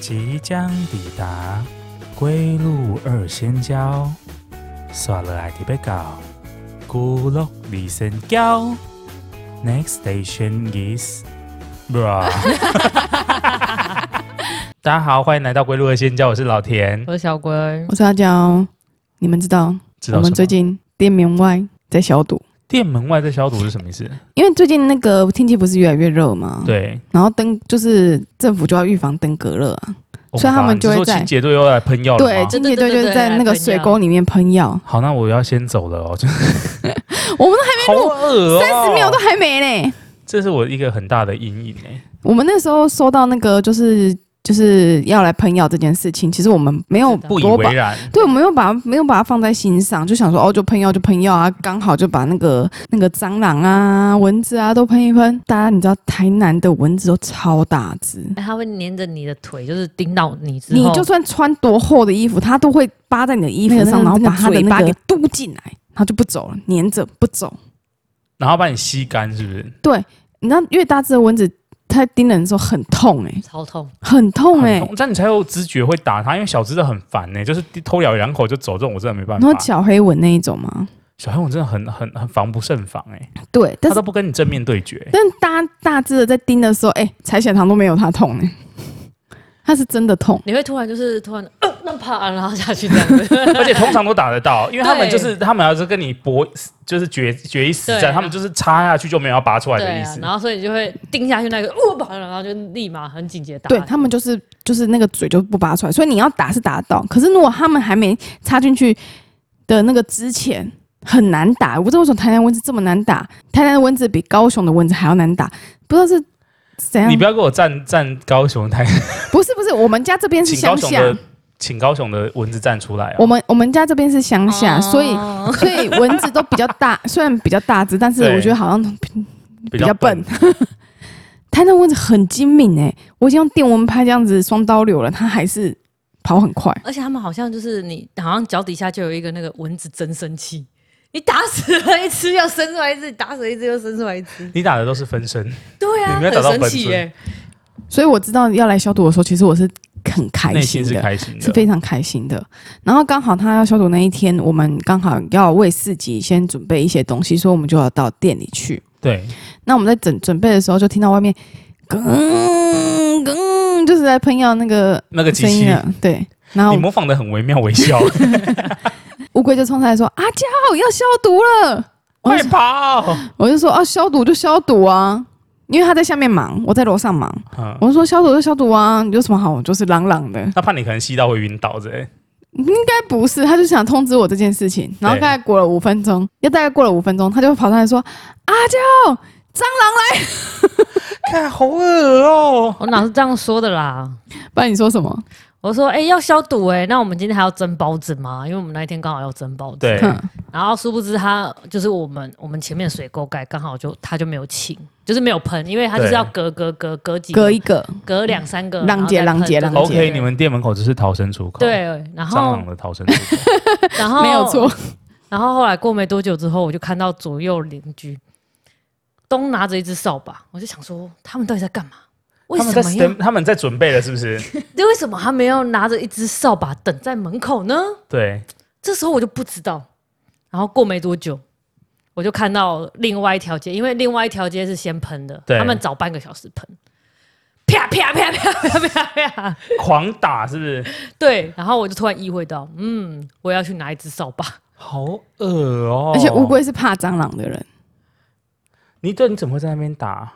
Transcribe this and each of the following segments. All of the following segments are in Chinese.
即将抵达归路二仙交，刷了爱迪贝高，孤落二仙交。Next station is bra。大家好，欢迎来到归路二仙 交，我是老田。我是小龟，我是阿娇，你们知道知道什我么们最近店门外在消毒，店门外在消毒是什么意思？因为最近那个天气不是越来越热嘛，，对，然后登就是政府就要预防登革热啊， Oh my 所以他 god，们你就是说会在清洁队又来喷药了对吗，？清洁队对对对就是在那个水沟里面喷药，好，那我要先走了哦，就是 我们好恶哦，三十秒都还没嘞。这是我一个很大的阴影哎、我们那时候收到那个就是就是要来喷药这件事情，其实我们没有不以多把为然。对，我没有把它没有把它放在心上，就想说哦，就喷药就喷药啊，刚好就把那个那个蟑螂啊、蚊子啊都喷一喷。大家你知道台南的蚊子都超大只，哎它会粘着你的腿，就是叮到你之你后，就算穿多厚的衣服，它都会扒在你的衣服那个上，那个然后那个把它嘴巴的那个给嘟进来，它就不走了，粘着不走。然后把你吸干，是不是？你知道越大只的蚊子，它叮人的时候很痛哎、超痛。很痛哎、很痛这样你才有知觉会打它，因为小只的很烦呢、就是偷咬两口就走，这种我真的没办然法后。小黑蚊那一种嘛，小黑我真的很很很防不胜防哎、对，它但是都不跟你正面对决，欸但大大只的在叮的时候，哎、踩血糖都没有它痛哎、它是真的痛。你会突然就是突然呃，那啪，然后下去 这样啊子。而且通常都打得到，因为他们 就是他们要是跟你搏，就是决决一死对战，啊他们就是插下去就没有要拔出来的对意啊思，。然后所以你就会钉下去那个，呃啪，然后就立马很紧急地打。对他们就是就是那个嘴就不拔出来，所以你要打是打得到，可是如果他们还没插进去的那个之前很难打。我不知道为什么台南蚊子这么难打，台南的蚊子比高雄的蚊子还要难打，不知道是怎样你。不要给我站站高雄 台，不是不是，我们家这边是请高乡雄下，的请高雄的蚊子站出来啊！我们我们家这边是乡下，所以哦所以蚊子都比较大， 虽然比较大只，但是对我觉得好像比较笨， 台南蚊子很精敏哎、我已经用电蚊拍这样子双刀流了，它还是跑很快。而且他们好像就是你，好像脚底下就有一个那个蚊子增生器，你打死了一只又生出来一只，打死了一只又生出来一只。你打的都是分身，对啊，你没有打到很神本奇尊耶！所以我知道要来消毒的时候，其实我是很开内心心是的，开心是的。非常开心的。然后刚好他要消毒那一天，我们刚好要为四级先准备一些东西，所以我们就要到店里去。对，那我们在准准备的时候，就听到外面“咯咯”，就是在喷药那个那个机声音器，了。对，然后你模仿的很惟妙惟肖，乌龟就冲上来说：“阿娇要消毒了！”我快就跑！我就说：“啊，消毒就消毒啊。”因为他在下面忙，我在楼上忙。嗯，我就说消毒就消毒啊，有什么好？就是朗朗的。那怕你可能吸到会晕倒之类。该不是，他就想通知我这件事情，然后对大概过了五分钟，又大概过了五分钟，他就跑上来说：“阿娇，蟑螂看，好恶哦！我哪是这样说的啦？来！”不然你说什么？我说：“哎、要消毒哎、那我们今天还要蒸包子吗？因为我们那一天刚好要蒸包子。对哼，然后殊不知他就是我们我们前面水沟盖刚好就他就没有清，就是没有喷，因为他就是对要隔隔隔隔几隔一个，隔两三个浪姐浪姐浪姐 OK，你们店门口只是逃生出口，，对，然蟑后螂的逃生出口，然后没有错，哦然后后来过没多久之后，我就看到左右邻居都拿着一只扫把，我就想说他们到底在干嘛？为他什们在么要 stand- 他们在准备了，是不是？对为什么他们要拿着一只扫把等在门口呢？ 对，这时候我就不知道。然后过没多久，我就看到另外一条街，因为另外一条街是先喷的，对他们早半个小时喷，啪啪啪啪啪啪啪啪，狂打是不是？对。然后我就突然意会到，嗯，我要去拿一只扫把。好恶哦！而且乌，龟是怕蟑螂的人，。你对你怎么会在那边打？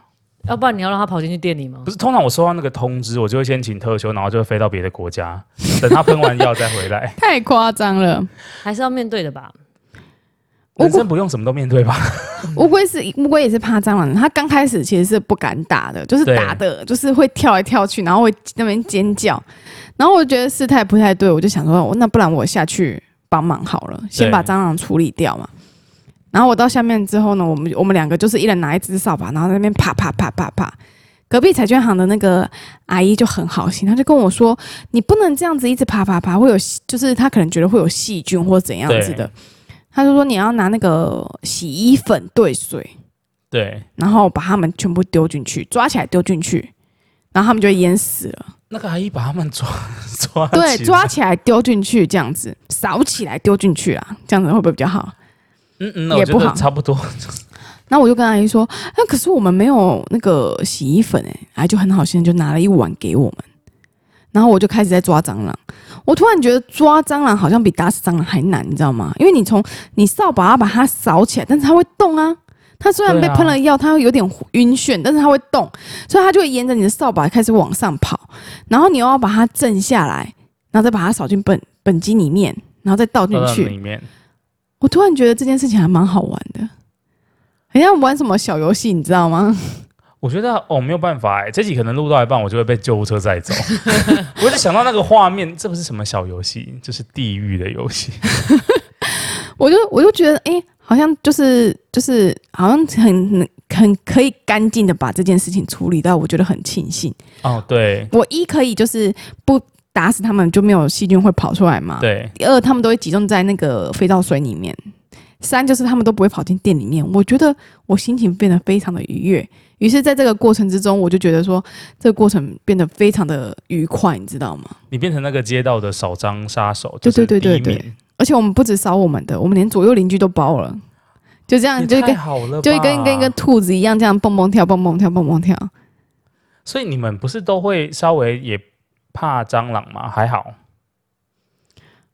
要不然你要让它跑进去店里吗不？是，通常我收到那个通知，我就会先请特休，然后就会飞到别的国家，等他喷完药再回来太夸张了。还是要面对的吧？ 乌人龟生不用什么都面对吧？乌龟是乌龟也是怕蟑螂的，它刚开始其实是不敢打的，就是对打的就是会跳来跳去，然后会那边尖叫。然后我觉得事态不太对，我就想说，哦那不然我下去帮忙好了，先把蟑螂处理掉嘛。然后我到下面之后呢，我们我们两个就是一人拿一只扫把，然后在那边啪啪啪啪啪。隔壁彩券行的那个阿姨就很好心，她就跟我说：“你不能这样子一直啪啪啪，会有细就是她可能觉得会有细菌或怎样子的。”她就说：“你要拿那个洗衣粉兑水，对，然后把它们全部丢进去，抓起来丢进去。”然然后他们就淹死了。那个阿姨把他们抓抓对，起来抓起来丢进去这样子，扫起来丢进去啊，这样子会不会比较好？嗯嗯，我也觉不得好差不多。那我就跟阿姨说，那可是我们没有那个洗衣粉哎、阿姨就很好心地就拿了一碗给我们，然后我就开始在抓蟑螂。我突然觉得抓蟑螂好像比打死蟑螂还难，你知道吗？因为你从你扫把要把它扫起来，但是它会动啊。它虽然对被啊喷了药，它会有点晕眩，但是它会动，所以它就会沿着你的扫把开始往上跑，然后你又要把它震下来，然后再把它扫进本本机里面，然后再倒进到去。里面，我突然觉得这件事情还蛮好玩的，很像玩什么小游戏，你知道吗？我觉得哦没有办法哎、这集可能录到一半我就会被救护车 载走。我就想到那个画面，这不是什么小游戏，这是地狱的游 戏。我就我就觉得，哎、好像就是就是好像很很可以干净的把这件事情处理到，我觉得很庆幸。哦，对我一可以就是不打死他们，就没有细菌会跑出来嘛。。对，第二，他们都会集中在那个肥皂水里面。三就是他们都不会跑进店里面，我觉得我心情变得非常的愉悦。于是，在这个过程之中，我就觉得说，这个过程变得非常的愉快，你知道吗？你变成那个街道的扫张杀手，对就是对对对避免而且我们不止扫我们的，我们连左右邻居都包了，啊就这样，就也太跟好了吧，就跟跟一个兔子一样，这样蹦蹦跳，蹦蹦跳，蹦蹦跳。所以你们不是都会稍微也怕蟑螂吗？还好，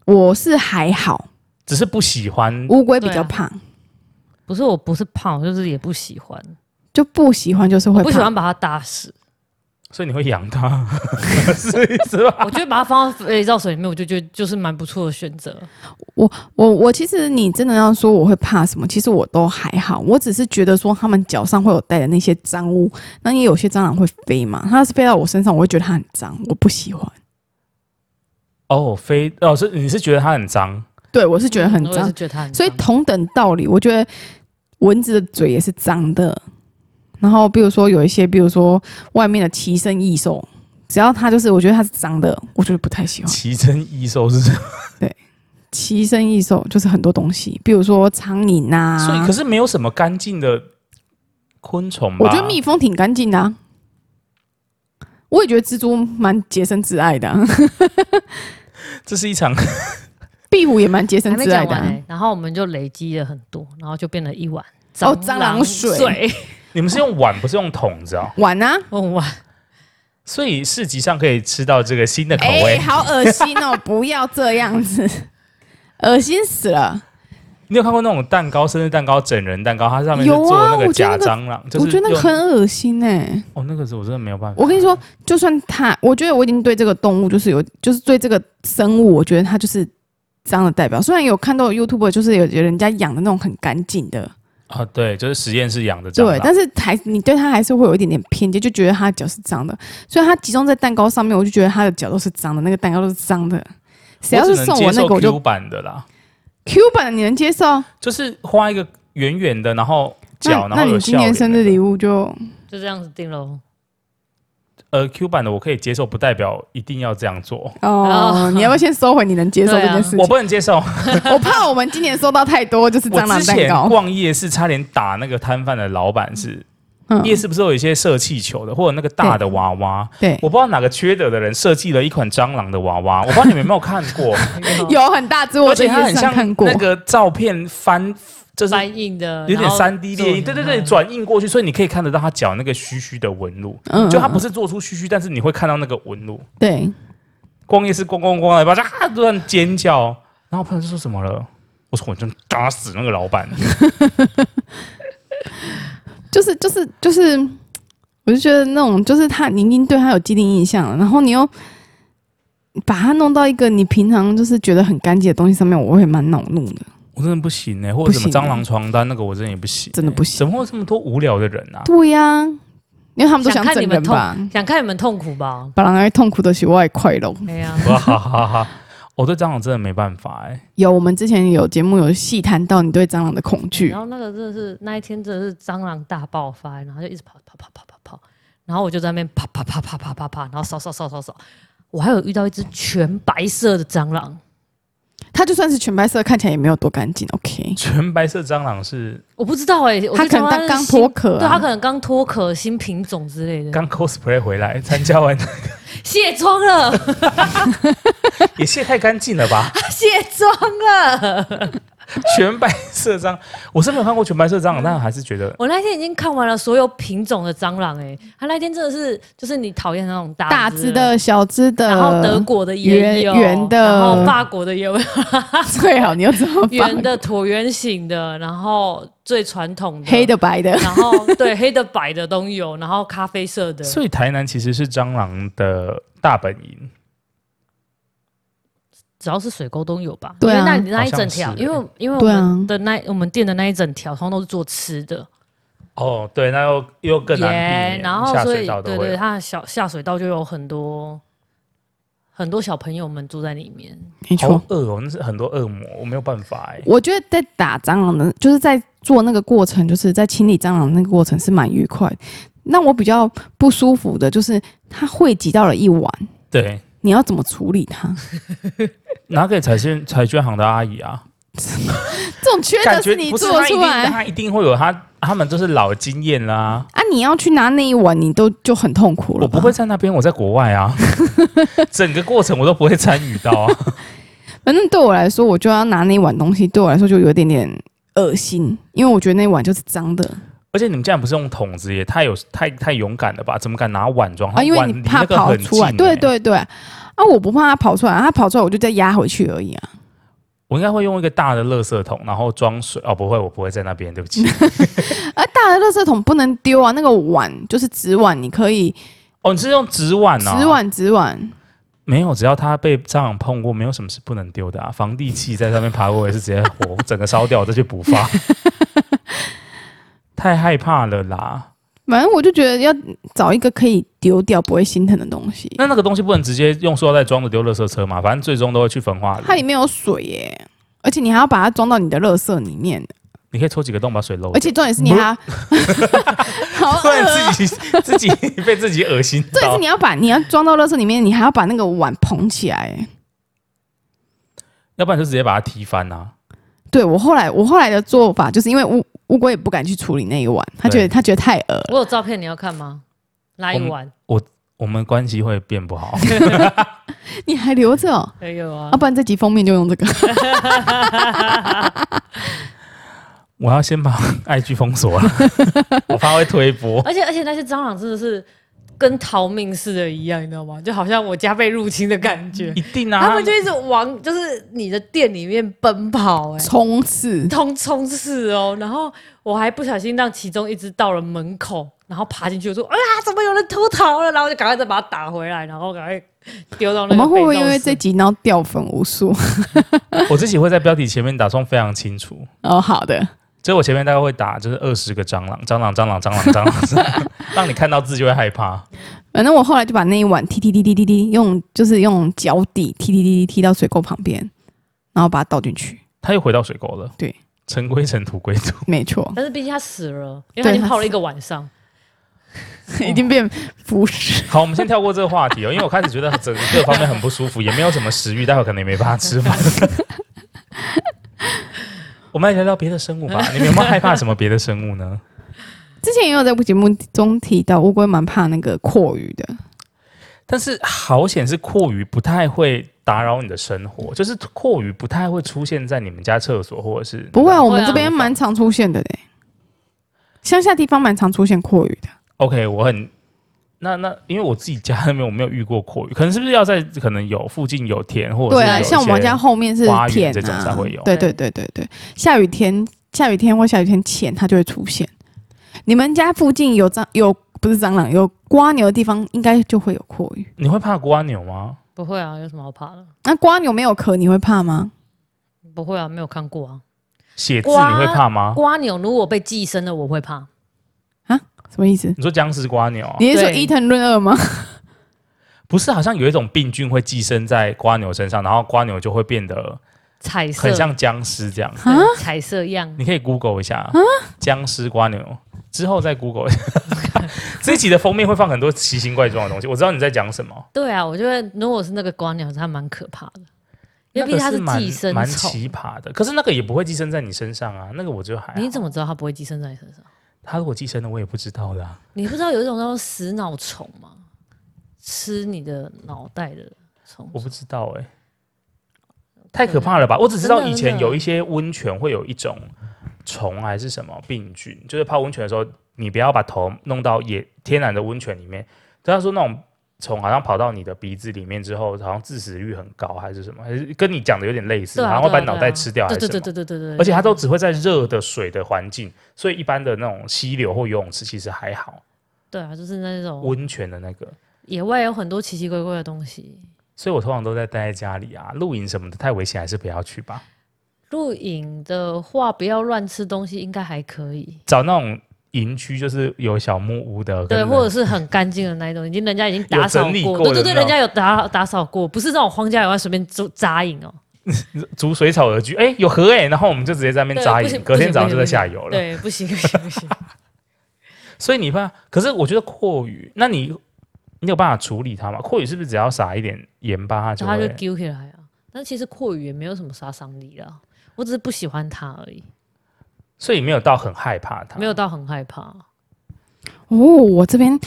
我是还好，只是不喜欢。乌龟比较对啊胖，不是我不是胖，我就是也不喜欢，就不喜欢就是会我胖不喜欢把它打死。所所以你会养 它，是意思吧？我觉得把它放到肥皂水里面，我就觉得就是蛮不错的选择。我我其实你真的要说我会怕什么，其实我都还好，我只是觉得说他们脚上会有带的那些脏污，那也有些蟑螂会飞嘛，它要是飞到我身上，我会觉得它很脏，我不喜欢。哦，飞哦，是你是觉得它很脏，对我是觉得很嗯我也脏是，觉得它很脏。所以同等道理，我觉得蚊子的嘴也是脏的。然后比如说有一些，比如说外面的奇身异兽，只要它就是我觉得它是脏的，我就不太喜欢。奇珍异兽是这样。奇身异兽就是很多东西，比如说苍蝇啊，所以可是没有什么干净的昆虫吧？我觉得蜜蜂挺干净的、啊。我也觉得蜘蛛蛮洁身自爱的 啊、这是一场壁虎也蛮洁身还没自爱讲的完、啊、欸，然后我们就累积了很多，然后就变了一碗哦蟑蟑螂水，水你们是用碗，不是用桶子哦。碗啊，问碗所以市集上可以吃到这个新的口哎、味。好恶心哦！不要这样子，恶心死了。你有看过那种蛋糕，生日蛋糕、整人蛋糕，它上面是有啊做那个我觉假得那个蟑螂，就是我觉得那用个很恶心哎、哦，那个是我真的没有办法。我跟你说，就算它，我觉得我已经对这个动物就是有，就是对这个生物，我觉得它就是这样的代表。虽然有看到 YouTube 就是有有人家养的那种很干净的，啊，对，就是实验室养的蟑对，螂。但是还你对它还是会有一点点偏见，就觉得它的脚是脏的。所以它集中在蛋糕上面，我就觉得它的脚都是脏的，那个蛋糕都是脏的。谁要我是只能送接我那受个，我 Q 就版的啦， Q 版的，你能接受？就是画一个圆圆的，然后那脚，然那后有你今年生日礼物，物就就这样子定喽。呃，Q 版的我可以接受，不代表一定要这样 做，哦，你要不要先收回你能接受对啊这件 事情？我不能接受。我怕我们今年收到太多就是我蟑螂之蛋前糕。逛夜市差点打那个摊贩的老板是，嗯夜市不是有一些射气球的，或者那个大的娃娃。对，我不知道哪个缺德的人设计了一款蟑螂的娃 娃，我不知道你们有没有看过，有很大只， 我而在且它夜很市上像看过。那个照片翻，就是翻印的，有点然后三 D 列印，做对对对，嗯转印过去，所以你可以看得到它脚那个虚虚的纹路，嗯就它不是是做出虚虚，但是你会看到那个纹路。对，逛夜市逛逛逛，然后啊突然尖叫，然后我朋友就说什么了？我说我真打死那个老 板，就是就是就是，我就觉得那种就是他，你已经对他有既定印象了，然后你又把它弄到一个你平常就是觉得很干净的东西上面，我会蛮恼怒的，我真的不行哎、或者什么不行欸蟑螂床单那个我真的也不行，真的不行。怎么会有这么多无聊的人啊？对呀、因为他们都想看整你们人吧，想看你们痛苦 吧？把人家痛苦的是我也快乐。哎呀，哇哈哈哈！我对蟑螂真的没办法哎、有我们之前有节目有细谈到你对蟑螂的恐惧然，后那个真的是那一天真的是蟑螂大爆发，然后就一直跑跑跑跑跑跑，然后我就在那边啪啪啪啪啪啪啪，然后扫扫扫扫扫，我还有遇到一只全白色的蟑螂，它就算是全白色，看起来也没有多干净。OK，全白色蟑螂是我不知道哎、欸，我它就可想能它是刚刚新脱壳、啊，对他可能刚脱壳、新品种之类的，刚 cosplay 回来 参加完，卸妆了，也卸太干净了 吧？卸妆了。全白色蟑，我是没有看过全白色蟑螂，但还是觉得我那天已经看完了所有品种的蟑螂、欸，哎，他那天真的是，就是你讨厌的那种大大只，的、小只的，然后德国的也有，圆圆的然后法国的也有， 最好你又知道放圆的、椭圆形的，然后最传统的黑的、白的，然后对黑的白的都有，然后咖啡色的，所以台南其实是蟑螂的大本营，只要是水沟都有吧？对啊因为那你那一整好条，像是因为因为我对啊们的那、我们店的那一整条，通通都是做吃的，哦，对，那又又更难避免，然后下所水以道对都会对，有。它的小下水道就有很多很多小朋友们住在里面，没好错。恶哦，那是很多恶魔，我没有办法哎、我觉得在打蟑螂的，就是在做那个过程，就是在清理蟑螂那个过程是蛮愉快的。那我比较不舒服的就是它汇集到了一碗，对，你要怎么处理它？拿给彩券彩券行的阿姨啊，这种缺感德觉是你不是做她一啊出定，来她一定会有她，他们都是老经验啦。啊！你要去拿那一碗，你都就很痛苦了。我不会，在那边，我在国外 啊，整个过程我都不会参与到啊。反正对我来说，我就要拿那一碗东西，对我来说就有一点点恶心，因为我觉得那一碗就是脏的而且你们竟然不是用桶子，也太有太太勇敢了吧？怎么敢拿碗装？啊，因为碗你离怕那个跑很出来。近对欸，对对，啊，我不怕它跑出来，它跑出来我就再压回去而已啊。我应该会用一个大的垃圾桶，然后装水。哦，不会，我不会在那边，对不起。 而啊大的垃圾桶不能丢啊，那个碗就是纸碗，你可以哦，你是用纸碗啊？纸碗纸碗，没有，只要它被蟑螂碰过，没有什么是不能丢的啊。防地气在上面爬过也是直接我整个烧掉，我再去补 发。太害怕了啦！反正我就觉得要找一个可以丢掉不会心疼的东西。那那个东西不能直接用塑料袋装着丢垃圾车嘛？反正最终都会去焚化炉。它里面有水耶、而且你还要把它装到你的垃圾里面，你可以戳几个洞把水漏掉，而且重点是你还要 好突恶然啊！自己自己被自己恶心重点是到你。要把你要装到垃圾里面，你还要把那个碗捧起来耶、要不然就直接把它踢翻啊！对我后来我后来的做法，就是因为乌乌龟也不敢去处理那一碗，他觉对得他觉得太恶了。我有照片你要看吗？拉一碗，我们关系会变不好。 你还留着、哦，哎有啊要、，不然这集封面就用这个。我要先把 IG 封锁了， 我怕会推播。而且而且那些蟑螂真的是跟逃命似的一样，你知道吗？就好像我家被入侵的感觉，一定 他啊们！就一直往就是你的店里面奔跑、哎。冲刺，通冲刺哦，然后我还不小心让其中一只到了门口，然后爬进去，我说：“哎呀，怎么有人偷逃了？”然后就赶快再把它打回来，然后赶快丢到我那个。们会不会因为这？集然后掉粉无数？ 我自己会在标题前面打上非常清楚，哦，好的，所以我前面大概会打就是二十个蟑螂，蟑螂，蟑螂，蟑螂，蟑螂蟑螂， 让你看到字就会害怕。反正我后来就把那一碗踢踢踢踢踢踢，用就是用脚底踢踢踢踢踢到水沟旁边，然后把它倒进去。他又回到水沟了。对，尘归尘，土归土。没错，但是毕竟它死了，因为它已经泡了一个晚上。 已经变腐蚀。好，我们先跳过这个话题哦，因为我开始觉得整个各方面很不舒服，也没有什么食欲，待会可能也没办法吃 饭。我们来聊聊别的生物吧。你们有没有害怕什么别的生物呢？之前也有在节目中提到，乌龟蛮怕那个阔鱼的。但是好险是阔鱼不太会打扰你的生活，就是阔鱼不太会出现在你们家厕所或者是不会啊，我会们啊这边蛮常出现的嘞，乡下地方蛮常出现阔鱼的。 OK，我很那那因为我自己家那边我没有遇过阔鱼，可能是不是要在可能有附近有田或者是对啊，有一像我们些家后面是花园田这种才啊会有，对对对对对，下雨天、下雨天或下雨天前它就会出现。你们家附近有蟑有不是蟑螂有瓜牛的地方，应该就会有阔鱼。你会怕瓜牛吗？不会啊，有什么好怕的？那瓜牛没有壳，你会怕吗？不会啊，没有看过啊。写字你会怕吗？ 瓜牛如果被寄生了，我会怕。什么意思？你说僵尸瓜牛啊？你是说对伊藤润二吗？不是，好像有一种病菌会寄生在瓜牛身上，然后瓜牛就会变得彩色很，像僵尸这样。对啊彩色样。你可以 Google 一下啊僵尸瓜牛，之后再 Google 一下。 这一集的封面会放很多奇形怪状的东西，我知道你在讲什么。对啊，我觉得如果是那个瓜鸟，它蛮可怕的，那因为毕个竟它是蛮寄生蛮虫。奇葩的，可是那个也不会寄生在你身上啊，那个我就还好你怎么知道它不会寄生在你身上？他如果寄生了，我也不知道啦、你不知道有一种叫做死脑虫吗？吃你的脑袋的虫我不知道哎、太可怕了吧！我只知道真的以前真的有一些温泉会有一种虫还是什么病菌，就是泡温泉的时候，你不要把头弄到野天然的温泉里面。他说那种虫好像跑到你的鼻子里面之后，好像致死率很高，还是什么，还是跟你讲的有点类似，对啊，好像会把对啊脑袋对啊吃掉还对是什对么。对对对对对，而且它都只会在热的水的环境，所以一般的那种溪流或游泳池其实还好，对啊，就是那种温泉的那个。野外有很多奇奇怪怪的东西。所以我通常都在待在家里啊，露营什么的太危险，还是不要去吧。露营的话，不要乱吃东西，应该还可以。找那种营区，就是有小木屋的，对，跟或者是很干净的那一种，已经人家已经打扫有整理过，过的对对对，那种人家有打打扫过，不是那种荒郊野外随便扎扎营哦。煮水草而居，哎、有河哎、然后我们就直接在那边扎对不营，行隔天早上就在下游了。对，不行不行 不行，所以你怕，可是我觉得阔鱼，那你你有办法处理它吗？阔鱼是不是只要撒一点盐巴，它就然后他会就？丢起来啊。但其实阔鱼也没有什么杀伤力啦，我只是不喜欢它而已，所以没有到很害怕它，没有到很害怕。哦，我这边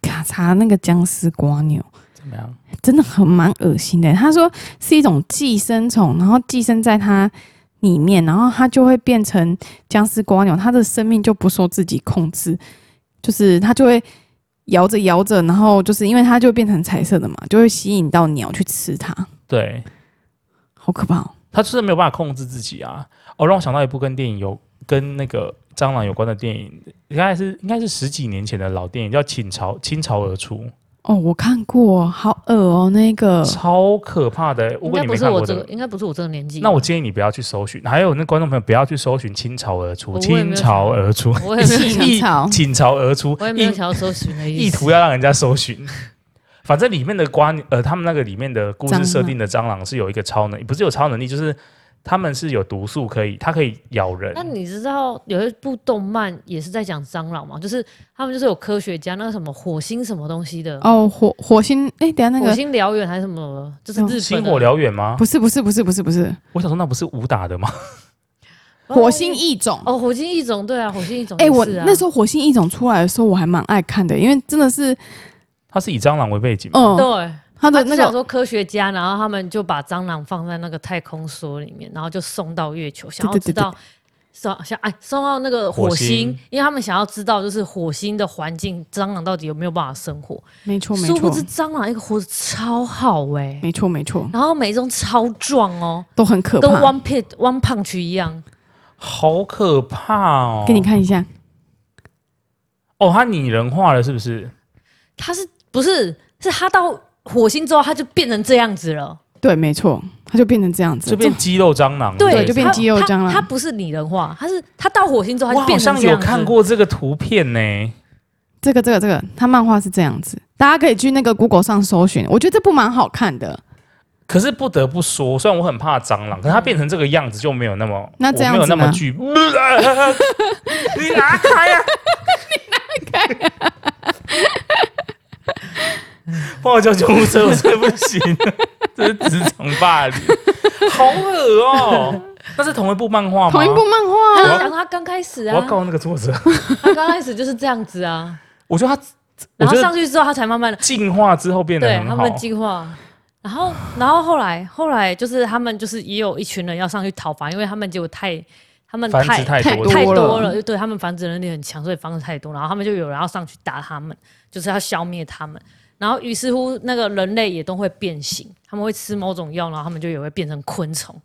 咔嚓那个僵尸瓜牛。怎么样？真的很蛮恶心的。他说是一种寄生虫，然后寄生在它里面，然后它就会变成僵尸瓜牛，它的生命就不受自己控制，就是它就会摇着摇着，然后就是因为它就变成彩色的嘛，就会吸引到鸟去吃它，对，好可怕、哦！它就是没有办法控制自己啊。哦，让我想到一部跟电影有跟那个蟑螂有关的电影，应该是应该是十几年前的老电影，叫《倾巢倾巢而出》，哦，我看过，好恶哦，那个超可怕的、如嗯应果该你不没是看我过这这个个，，应该不是我这个年纪。啊那我建议你不要去搜寻，还有那观众朋友不要去搜寻“倾巢而出”，我也没有倾巢而出， 我也没有 想意倾巢倾巢而出我也，没有意想要搜寻的意意思。图要让人家搜寻。反正里面的瓜，呃，他们那个里面的故蟑事螂设定的蟑螂是有一个超能，不是有超能力，就是他们是有毒素，可以它可以咬人。 那你知道有一部动漫也是在讲蟑螂吗？就是他们就是有科学家那个什么火星什么东西的，哦火火星，哎、等一下那火个星燎原还是什么的，就是日嗯本的星火燎原吗？不是不是不是不是不哦是我想说那不是武打的吗？火星异种。哦，火星异种对啊，火星异种哎、我那时候候火星异种出来的时候，我还蛮爱看的，因为真的是，它是以蟑螂为背哦景吗。嗯，对。他的他那就想个说科学家，然后他们就把蟑螂放在那个太空梭里面，然后就送到月球，想要对对知道送想哎送到那个火火星，星因为他们想要知道就是火星的环境，蟑螂到底有没有办法生活。没错没殊不错知蟑螂一个活得超好哎、没错没错，然后每一种超壮哦，都很可跟怕。 One Pit One Punch 一样，好可怕哦！给你看一下，哦，它拟人化了是不是？它是不是是它到火星之后，它就变成这样子了？对，没错，它就变成这样子，就变肌肉蟑螂了，对不就变它肌肉蟑螂它它不是拟人化，它是它到火星之后，我它就好变成像这样有子。看过这个图片呢、这个这个这个，它漫画是这样子，大家可以去那个 Google 上搜寻，我觉得这部蛮好看的。可是不得不说，虽然我很怕蟑螂，可是它变成这个样子就没有那么，嗯那这样我没有那子呢么惧。 你拿开呀、啊！啊帮我叫救护车，我真的不行， 这是职场霸凌，好恶哦！那是同一部漫画吗？同一部漫画，我要他就啊讲说他刚开始我要啊，告那个作者。他刚开始就是这样子啊，我觉得他， 我然觉后上得去之后他才慢慢的，进化之后变得对很他好们。进化，然后然后后来后来就是他们就是也有一群人要上去讨伐，因为他们结果太他们繁太殖太太多太多多了了，对他们繁殖能力很强，所以繁殖太多，然后他们就有人要上去打他们，就是要消灭他们。然后于是乎，那个人类也都会变形，他们会吃某种药，然后他们就也会变成昆虫。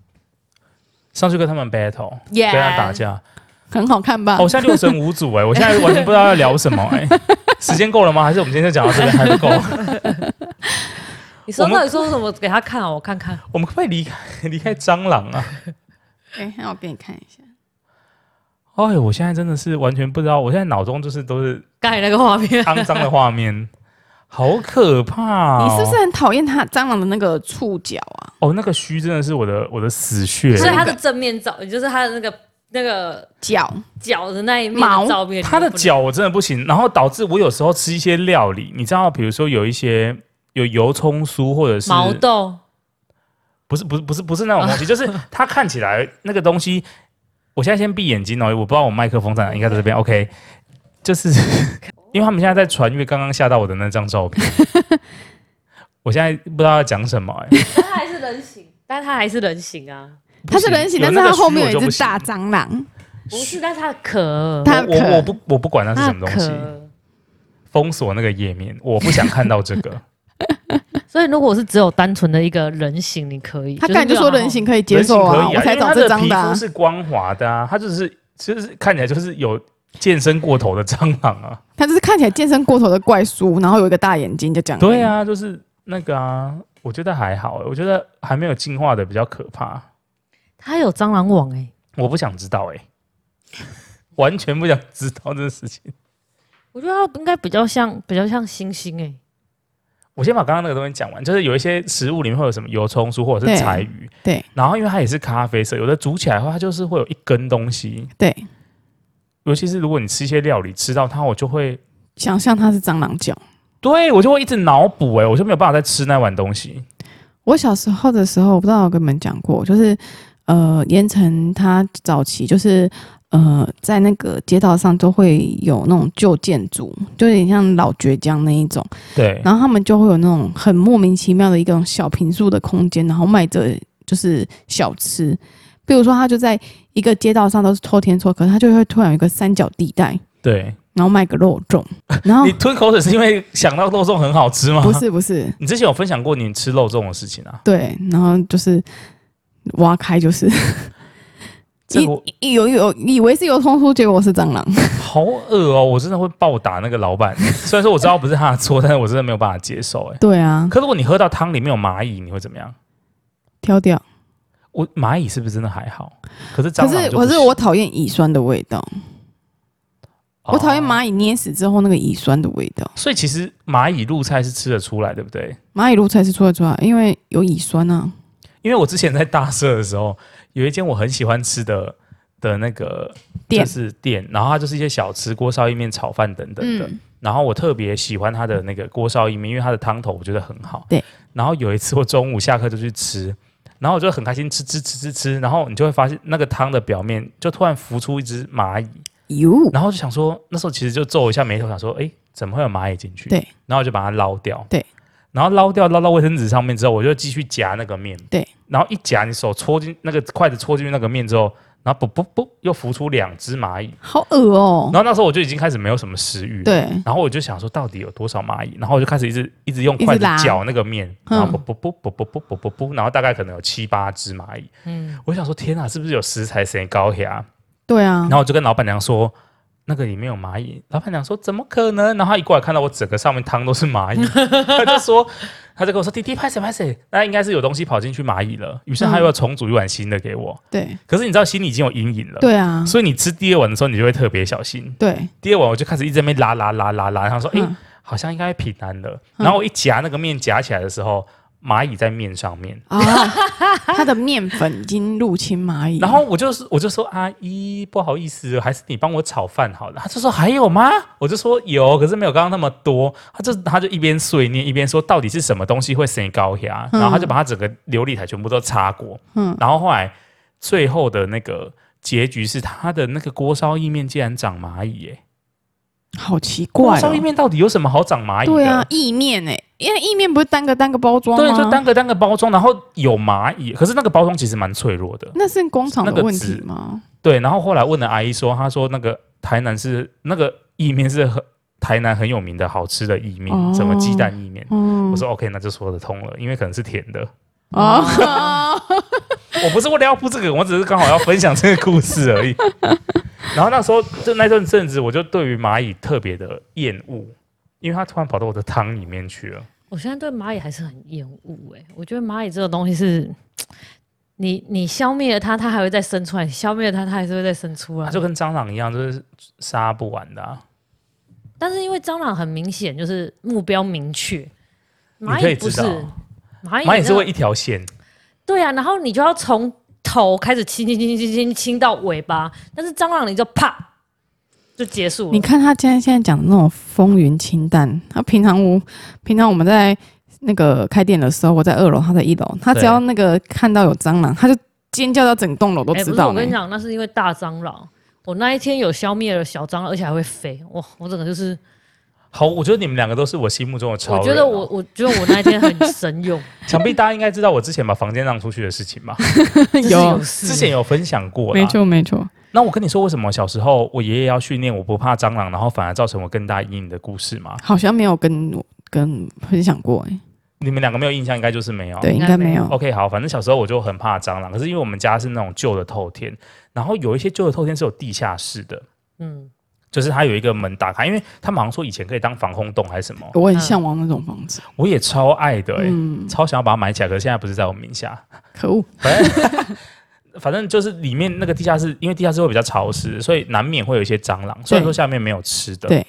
上去跟他们 battle，耶、啊跟他打架。很好看吧哦，？我现在六神无主哎、我现在完全不知道要聊什么哎、 时间够了吗？还是我们今天就讲到这边还不够？ 你说我们到底说什么？给他看啊，我看看。我们可不可以离开离开蟑螂啊？哎，那我给你看一下，哎，我现在真的是完全不知道，我现在脑中就是都是刚才那个画面，肮脏的画面， 好可怕、哦！你是不是很讨厌它蟑螂的那个触角啊？哦，那个须真的是我的我的死穴。所以它的正面照，也就是它的那个那个脚脚的那一面毛的照片，它的你不能脚我真的不行，然后导致我有时候吃一些料理，你知道，比如说有一些有油葱酥或者是毛豆，不是不是不是不是那种东 西，就是它看起来那个东西。我现在先闭眼睛哦，我不知道我麦克风在哪，应该在这边。OK，就是 因为他们现在在传阅刚刚吓到我的那张照 片，我现在不知道要讲什么、 欸。但它还是人形，但它还是人形啊，它是人形，但是它后面有一只大张。蟑螂，不是，但它的壳，它我我壳我不我不管那是什么它东西，壳。封锁那个页面，我不想看到这 个。所以如果是只有单纯的一个人形，你可以，他刚才就说人形可以接人形受可以啊，我才因为找它这的张皮的啊肤。是光滑的啊，它就是就是看起来就是有健身过头的蟑螂啊。他就是看起来健身过头的怪叔，然后有一个大眼睛，就这样。对，啊，就是那个啊，我觉得还好、欸，我觉得还没有进化的比较可怕。它有蟑螂网哎，我不想知道哎、 完全不想知道这个事情。我觉得它应该比较像比较像星星哎，我先把刚刚那个东西讲完，就是有一些食物里面会有什么油葱酥或者是对柴鱼，对然后因为它也是咖啡色，有的煮起来的话，它就是会有一根东西，对，尤其是如果你吃一些料理吃到它，我就会想象它是蟑螂脚。对我就会一直脑补哎，我就没有办法再吃那碗东西。我小时候的时候，我不知道我跟你们讲过，就是呃，盐城它早期就是呃，在那个街道上都会有那种旧建筑，就有点像老绝江那一种，对，然后他们就会有那种很莫名其妙的一种小平数的空间，然后卖着就是小吃，比如说他就在一个街道上都是偷天错，可是他就会突然有一个三角地带，对然后卖个肉粽，然 后你吞口水是因为想到肉粽很好吃吗？哦不，是不是你之前有分享过你吃肉粽的事情啊？对，然后就是挖开就是。这个我以有有以为是油葱酥，结果是蟑 螂。 好恶哦！我真的会暴打那个老板。 虽然说我知道不是他的错，但是我真的没有办法接受。哎，对啊，可如果你喝到汤里面有蚂蚁，你会怎么样？挑掉。我蚂蚁是不是真的还好？可是蟑可螂是就不可是我讨厌乙酸的味道，我讨哦厌。蚂蚁捏死之后那个乙酸的味道。所以其实蚂蚁入菜是吃得出来，对不对？蚂蚁露出来是出来出来，因为有乙酸啊。因为我之前在大社的时候，有一间我很喜欢吃的的那个店就是店，然后它就是一些小吃，锅烧意面、炒饭等等的。嗯然后我特别喜欢它的那个锅烧意面，因为它的汤头我觉得很好。对。然后有一次我中午下课就去吃，然后我就很开心吃吃吃吃吃，然后你就会发现那个汤的表面就突然浮出一只蚂蚁，哟，然后就想说那时候其实就皱一下眉头，想说哎怎么会有蚂蚁进去？对。然后我就把它捞掉。对。然后捞掉，捞到卫生纸上面之后，我就继续夹那个面。对。然后一夹，你手戳进那个筷子戳进去那个面之后，然后不不不，又浮出两只蚂蚁。好恶哦、然后那时候我就已经开始没有什么食欲了。对，然后我就想说，到底有多少蚂蚁？然后我就开始一直一直用一直筷子拉搅那个面，然嗯后不不不不不不不不不，然后大概可能有七八只蚂蚁。嗯，我想说，天啊，是不是有食材谁高呀？对啊然，后我就跟老板娘说，那个里面有蚂蚁。老板娘说怎么可能？然后她一过来看到我整个上面汤都是蚂蚁， 她就说，她就跟我说，弟弟拍谁拍谁，那应该是有东西跑进去蚂蚁了。于是她嗯又要重煮一碗新的给我。对可是你知道心里已经有阴影了，对啊，所以哎你吃第二碗的时候，你就会特别小心。对，第二碗我就开始一直在那边拉拉拉拉拉，然后说，哎、嗯，好像应该平安了。然后我一夹那个面夹起来的时候，蚂蚁在面上面。啊，它的面粉已经入侵蚂蚁，然后我就是我就说阿姨不好意思，还是你帮我炒饭好了。他就说还有吗？我就说有，可是没有刚刚那么多。他就他就一边碎念一边说到底是什么东西会升高压，嗯然后他就把他整个琉璃台全部都擦过。嗯然后后来最后的那个结局是他的那个锅烧意面竟然长蚂蚁耶、好奇锅怪、烧意哦。面到底有什么好长蚂蚁的？对啊，意面哎、因为意面不是单个单个包装吗？对，就单个单个包装，然后有蚂蚁，可是那个包装其实蛮脆弱的。那是工厂那的个问纸题吗？对，然后后来问了阿姨说，她说那个台南是那个意面是很台南很有名的好吃的意面，哦什么鸡蛋意面。嗯我，说 OK，那就说得通了，因为可能是甜的。 哦，我不是为了要铺这个，我只是刚好要分享这个故事而已。然后那时候就那段阵子，我就对于蚂蚁特别的厌恶，因为它突然跑到我的汤里面去了。我现在对蚂蚁还是很厌恶哎，我觉得蚂蚁这个东西是，你你消灭了它，它还会再生出来；你消灭了它，它还是会再生出它来。就跟蟑螂一样，就是杀不完的、啊。但是因为蟑螂很明显就是目标明确，蚂可以蚁不知是道蚂蚁蚂蚁那是会一条线，对啊，然后你就要从头开始清清清清清清到尾巴，但是蟑螂你就啪就结束你了。看他现在现在讲的那种风云清淡，他平常我平常我们在那个开店的时候，我在二楼，他在一楼，他只要那个看到有蟑螂，他就尖叫到整栋楼都哎，知不是，道我呢、跟你讲，那是因为大蟑螂。我那一天有消灭了小蟑螂，而且还会飞。哇，我整个就是，好，我觉得你们两个都是我心目中的超我人啊、觉得我，我觉得我那一天很神勇， 想必大家应该知道我之前把房间让出去的事情吧？这是 有有事之前有分享过啦。没错没错，那我跟你说，为什么小时候我爷爷要训练我不怕蟑螂，然后反而造成我更大阴影的故事吗？好像没有跟我跟分享过、欸，你们两个没有印象，应该就是没有。对，应应该该没没有。 OK，好，反正小时候我就很怕蟑螂，可是因为我们家是那种旧的透天，然后有一些旧的透天是有地下室的，嗯，就是它有一个门打开，因为他们好像说以前可以当防空洞还是什么，我很向往那种房子，我也超爱的、欸，嗯，超想要把它买起来，可是现在不是在我名下，可恶，反正反正就是里面那个地下室，因为地下室会比较潮湿，所以难免会有一些蟑螂。虽然说下面没有吃的，对。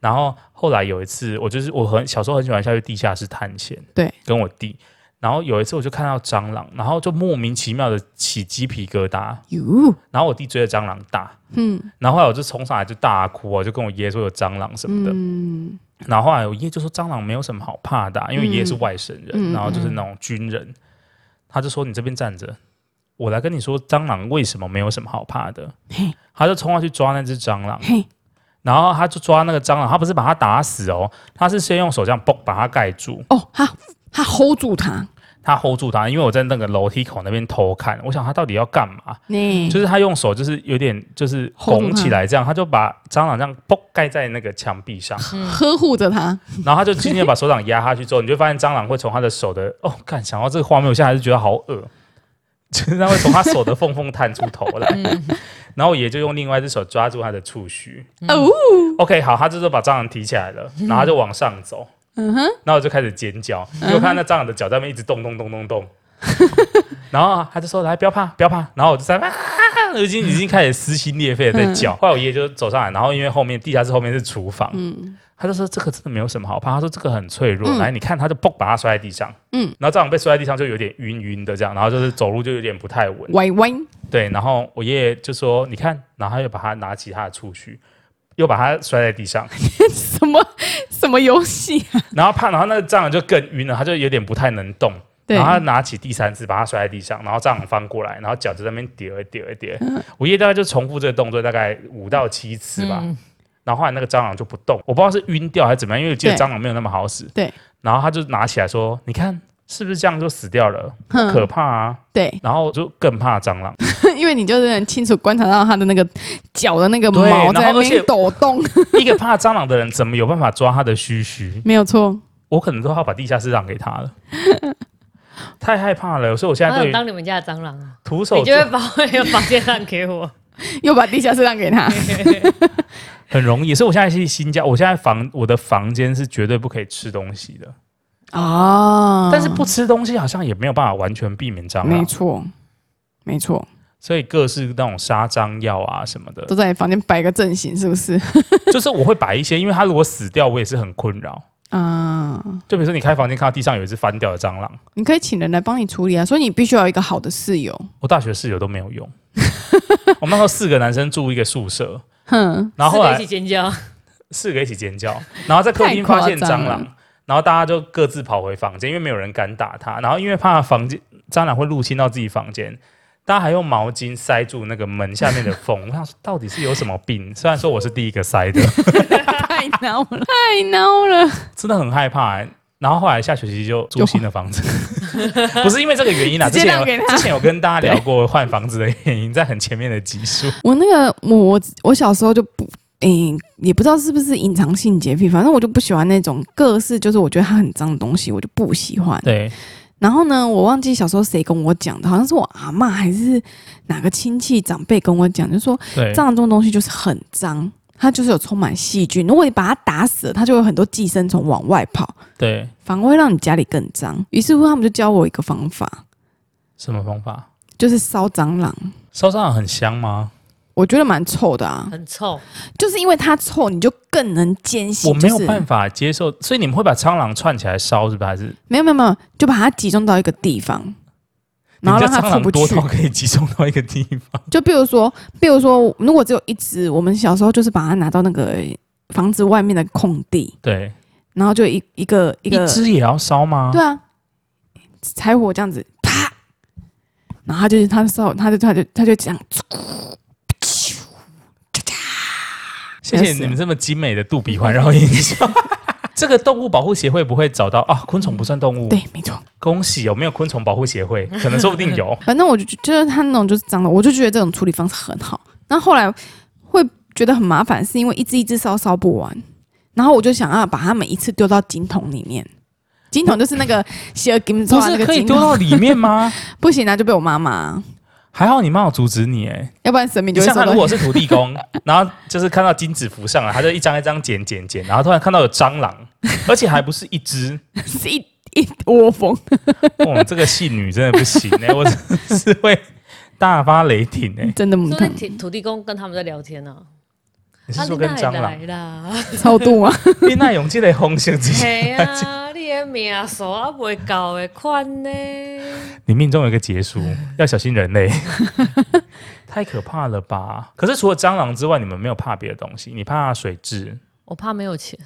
然后后来有一次，我就是我很小时候很喜欢下去地下室探险，对，跟我弟。然后有一次我就看到蟑螂，然后就莫名其妙的起鸡皮疙瘩，哟，然后我弟追着蟑螂打，嗯然后后来我就冲上来就大哭啊，我就跟我爷爷说有蟑螂什么的。嗯，然后后来我爷爷就说蟑螂没有什么好怕的啊、因为嗯爷爷是外省人，嗯然后就是那种军人，他就说你这边站着，我来跟你说蟑螂为什么没有什么好怕的嘿。他就冲上去抓那只蟑螂，嘿，然后他就抓那个蟑螂，他不是把它打死哦，他是先用手这样嘣把它盖住，哦，他他 hold 住他，他 hold 住它，因为我在那个楼梯口那边偷看，我想他到底要干嘛？呢就是他用手就是有点就是拱起来这样，他就把蟑螂这样嘣盖在那个墙壁上，呵护着他，然后他就轻轻地把手掌压下去之后，你就发现蟑螂会从他的手的哦，看想到这个画面，我现在还是觉得好恶， 就是它会从他手的缝缝探出头来。然后我爷就用另外一只手抓住他的触须。哦， OK，好，他这就把蟑螂提起来了，然后他就往上走。嗯哼，嗯然后我就开始尖叫，因为我看到那蟑螂的脚在那边一直动动动动动。 然后他就说：“来，不要怕，不要怕。”然后我就在那边啊，我已经已经开始撕心裂肺的在叫。后来我爷爷就走上来，然后因为后面地下室后面是厨房，嗯他就说这个真的没有什么好怕，他说这个很脆弱，嗯来你看，他就嘣把他摔在地上，嗯，然后这样被摔在地上就有点晕晕的这样，然后就是走路就有点不太稳，歪歪，对，然后我爷爷就说你看，然后他又把他拿起他的触须，又把他摔在地上， 什么 什么游戏啊？然后怕，然后那个蟑螂就更晕了，他就有点不太能动，对然后他拿起第三次把他摔在地上，然后蟑螂翻过来，然后脚就在那边跌跌跌，嗯我爷爷大概就重复这个动作大概五到七次吧，嗯然后后来那个蟑螂就不动，我不知道是晕掉还是怎么样，因为我记得对蟑螂没有那么好死。对。然后他就拿起来说：“你看是不是这样就死掉了？哼可怕啊对！”， 然后我就更怕蟑螂。因为你就是很清楚观察到他的那个脚的那个对毛在然后那而且边抖动， 一个怕蟑螂的人怎么有办法抓他的须须？没有错。我可能都要把地下室让给他了， 太害怕了。所以我现他在对想于哦当你们家的蟑螂啊，徒手你就做会把 我的房间让给我。又把地下室让给他。很容易，所以我现在是新家，我现在房我的房间是绝对不可以吃东西的。哦但是不啊吃东西好像也没有办法完全避免蟑没螂，错，没错，所以各式那种杀蟑药啊什么的，都在你房间摆个阵型，是不是？就是我会摆一些，因为它如果死掉，我也是很困扰。啊、就比如说你开房间看到地上有一只翻掉的蟑螂，你可以请人来帮你处理啊，所以你必须要有一个好的室友。我大学室友都没有用。我们那时候四个男生住一个宿舍，哼，然后后四个来一起尖叫，四个一起尖叫，然后在客厅发现太夸蟑张螂了，然后大家就各自跑回房间，因为没有人敢打它，然后因为怕房间蟑螂会入侵到自己房间。大家还用毛巾塞住那个门下面的 缝，我想说到底是有什么病？虽然说我是第一个塞的， 太孬了，太孬了。真的很害怕、欸。然后后来下学期就住新的房 子，不是因为这个原因啦。啊之直接前让给有 他之前有跟大家聊过换房子的原因，在很前面的集数。我那个，我我我小时候就不。嗯，也不知道是不是隐藏性洁癖，反正我就不喜欢那种各式，就是我觉得它很脏的东西，我就不喜欢。对，然后呢，我忘记小时候谁跟我讲的，好像是我阿嬷还是哪个亲戚长辈跟我讲，就说对蟑螂这种东西就是很脏，它就是有充满细菌。如果你把它打死了，它就有很多寄生虫往外跑，对，反而会让你家里更脏。于是乎，他们就教我一个方法，什么方法？就是烧蟑螂。烧蟑螂很香吗？我觉得蛮臭的啊，很臭，就是因为它臭，你就更能坚信。我没有就是办法接受，所以你们会把蟑螂串起来烧，是不是？还是没有没有没有，就把它集中到一个地方，你然们后家让它蟑出螂不多去到。可以集中到一个地 方？就比如说，比如说，如果只有一只，我们小时候就是把它拿到那个房子外面的空地，对，然后就一一个一一个只也要烧吗？对啊，柴火这样子啪，然后他就他烧，他就他就他就这样，哦谢谢你们这么精美的杜比环绕音效。 这个动物保护协会不会找到啊？昆虫不算动物，对，没错。恭喜有没有昆虫保护协会？可能说不定有反正我就觉得他那种就是脏的，我就觉得这种处理方式很好。那后来会觉得很麻烦，是因为一只一只烧烧不完，然后我就想要把它每一次丢到金桶里面。金桶就是那个洗耳金不 抓那是个可以金丢到桶，里面吗？不行啊，就被我妈妈，还好你妈有阻止你哎、 要不然神明你就会像说他如到果是土地公，然后就是看到金子浮上来，他就一张一张剪剪剪，然后突然看到有蟑螂，而且还不是一只。是一一窝蜂。哦，这个戏女真的不行哎、我真的是会大发雷霆哎、真的母说汤那土土地公跟他们在聊天呢、你啊是说跟蟑螂？来啦， 超度啊！你那勇气的红星之前，嘿啊，你的命数啊未够的款呢？你命中有一个劫数，要小心人 类。太可怕了吧！可是除了蟑螂之外，你们没有怕别的东西？你怕水蛭？我怕没有钱，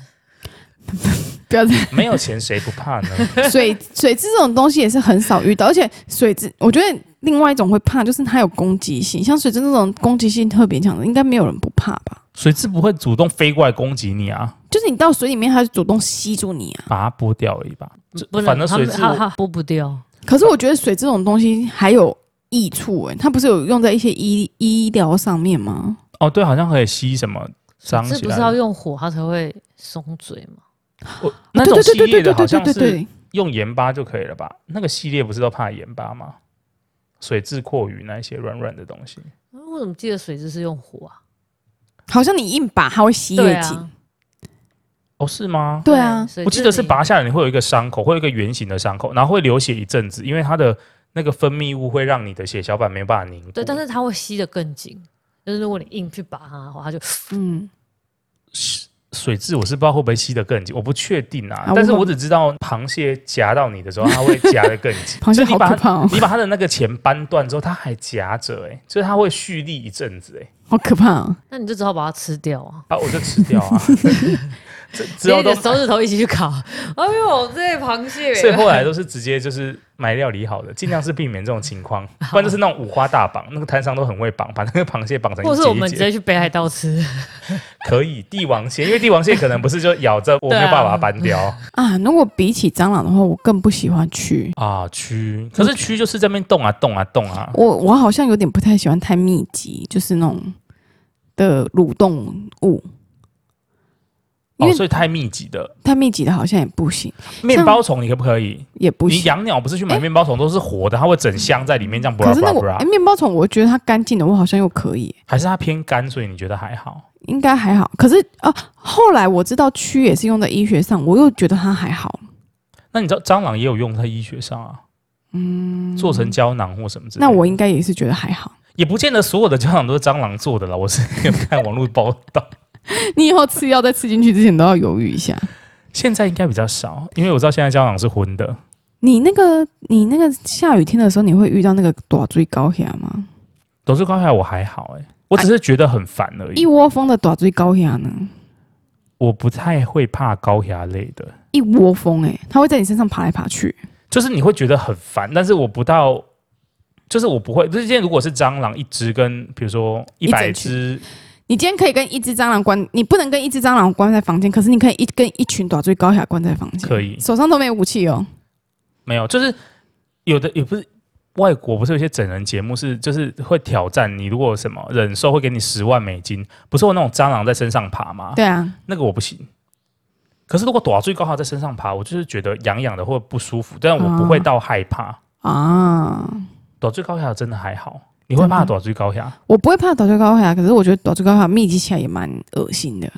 不要再没有钱谁不怕呢？ 水水蛭这种东西也是很少遇到，而且水蛭，我觉得另外一种会怕就是它有攻击性，像水蛭这种攻击性特别强的，应该没有人不怕吧？水蛭不会主动飞过来攻击你啊，就是你到水里面，它就主动吸住你啊。把它剥掉而已吧。这不能，反正他水们他蛭他剥不掉。可是我觉得水这种东西还有益处诶、它不是有用在一些医医疗上面吗？哦，对，好像可以吸什么脏这起不是要来。用火它才会松嘴吗？我哦那种系列的好像啊对对是用盐巴就可以了吧？那个系列不是都怕盐巴吗？水蛭、阔鱼那一些软软的东西，啊我怎么记得水蛭是用火啊？好像你硬拔它会吸对越紧。啊，哦，是吗？对啊，水蛭我记得是你拔下来你会有一个伤口，会有一个圆形的伤口，然后会流血一阵子，因为它的那个分泌物会让你的血小板没办法凝固。对，但是它会吸得更紧。就是如果你硬去拔它的话，它就嗯，水蛭我是不知道会不会吸得更紧，我不确定啊。啊但是我。我只知道螃蟹夹到你的时候，它会夹得更紧螃蟹就你好把可它怕哦，你把它的那个钱扳断之后，它还夹着哎、欸，所以它会蓄力一阵子哎、欸，好可怕哦！那你就只好把它吃掉啊。把我就吃掉啊。这之后连你都的手指头一起 去烤。哎呦，这螃蟹所以后来都是直接就是买料理好的，尽量是避免这种情 况，不然就是那种五花大绑，那个摊商都很会绑，把那个螃蟹绑 成或一是我节们一直节。接去北海道吃，可以帝王蟹，因为帝王蟹可能不是就咬着我没有办法把它 搬掉啊，如果比起蟑螂的话，我更不喜欢蛆。啊。蛆，可是蛆就是在那边动啊动啊动啊，我我好像有点不太喜欢太密集，就是那种的蠕动物，哦，因为所以太密集的太密集的好像也不行，面包虫你可不可以？也不你行。养鸟不是去买面包虫都是活的，它会整箱在里面这样布拉可是布那拉个布拉哎，，面包虫，我觉得它干净的，我好像又可以，还是它偏干，所以你觉得还好？应该还好。可是啊，后来我知道蛆也是用在医学上，我又觉得它还好。那你知道蟑螂也有用在医学上啊，嗯，做成胶囊或什么之类的。那我应该也是觉得还好。也不见得所有的胶囊都是蟑螂做的啦，我是看网络报道，你以后吃药在吃进去之前都要犹豫一下。 现在应该比较少，因为我知道现在胶囊是荤的。你那个你那个下雨天的时候，你会遇到那个短锥高血压吗？董事高下我还好哎、我只是觉得很烦而已一，窝蜂的短锥高血压呢？我不太会怕高压类的，一窝蜂哎、欸，它会在你身上爬来爬去。就是你会觉得很烦，但是我不到，就是我不会。就是今天如果是蟑螂一只跟比如说一百一整群只，你今天可以跟一只蟑螂关，你不能跟一只蟑螂关在房间，可是你可以一跟一群短锥高下关在房间，可以手上都没有武器哦。没有，就是有的也不是外国不是有一些整人节目是就是会挑战你，如果什么忍受会给你十万美金，不是有那种蟑螂在身上爬吗？对啊，那个我不行。可是如果躲最高它在身上爬，我就是觉得痒痒的或不舒服，但我不会到害怕。啊，躲最高下真的还好，你会怕真的躲最高下？我不会怕短锥高血压，可是我觉得短锥高血压密集起来也蛮恶心的。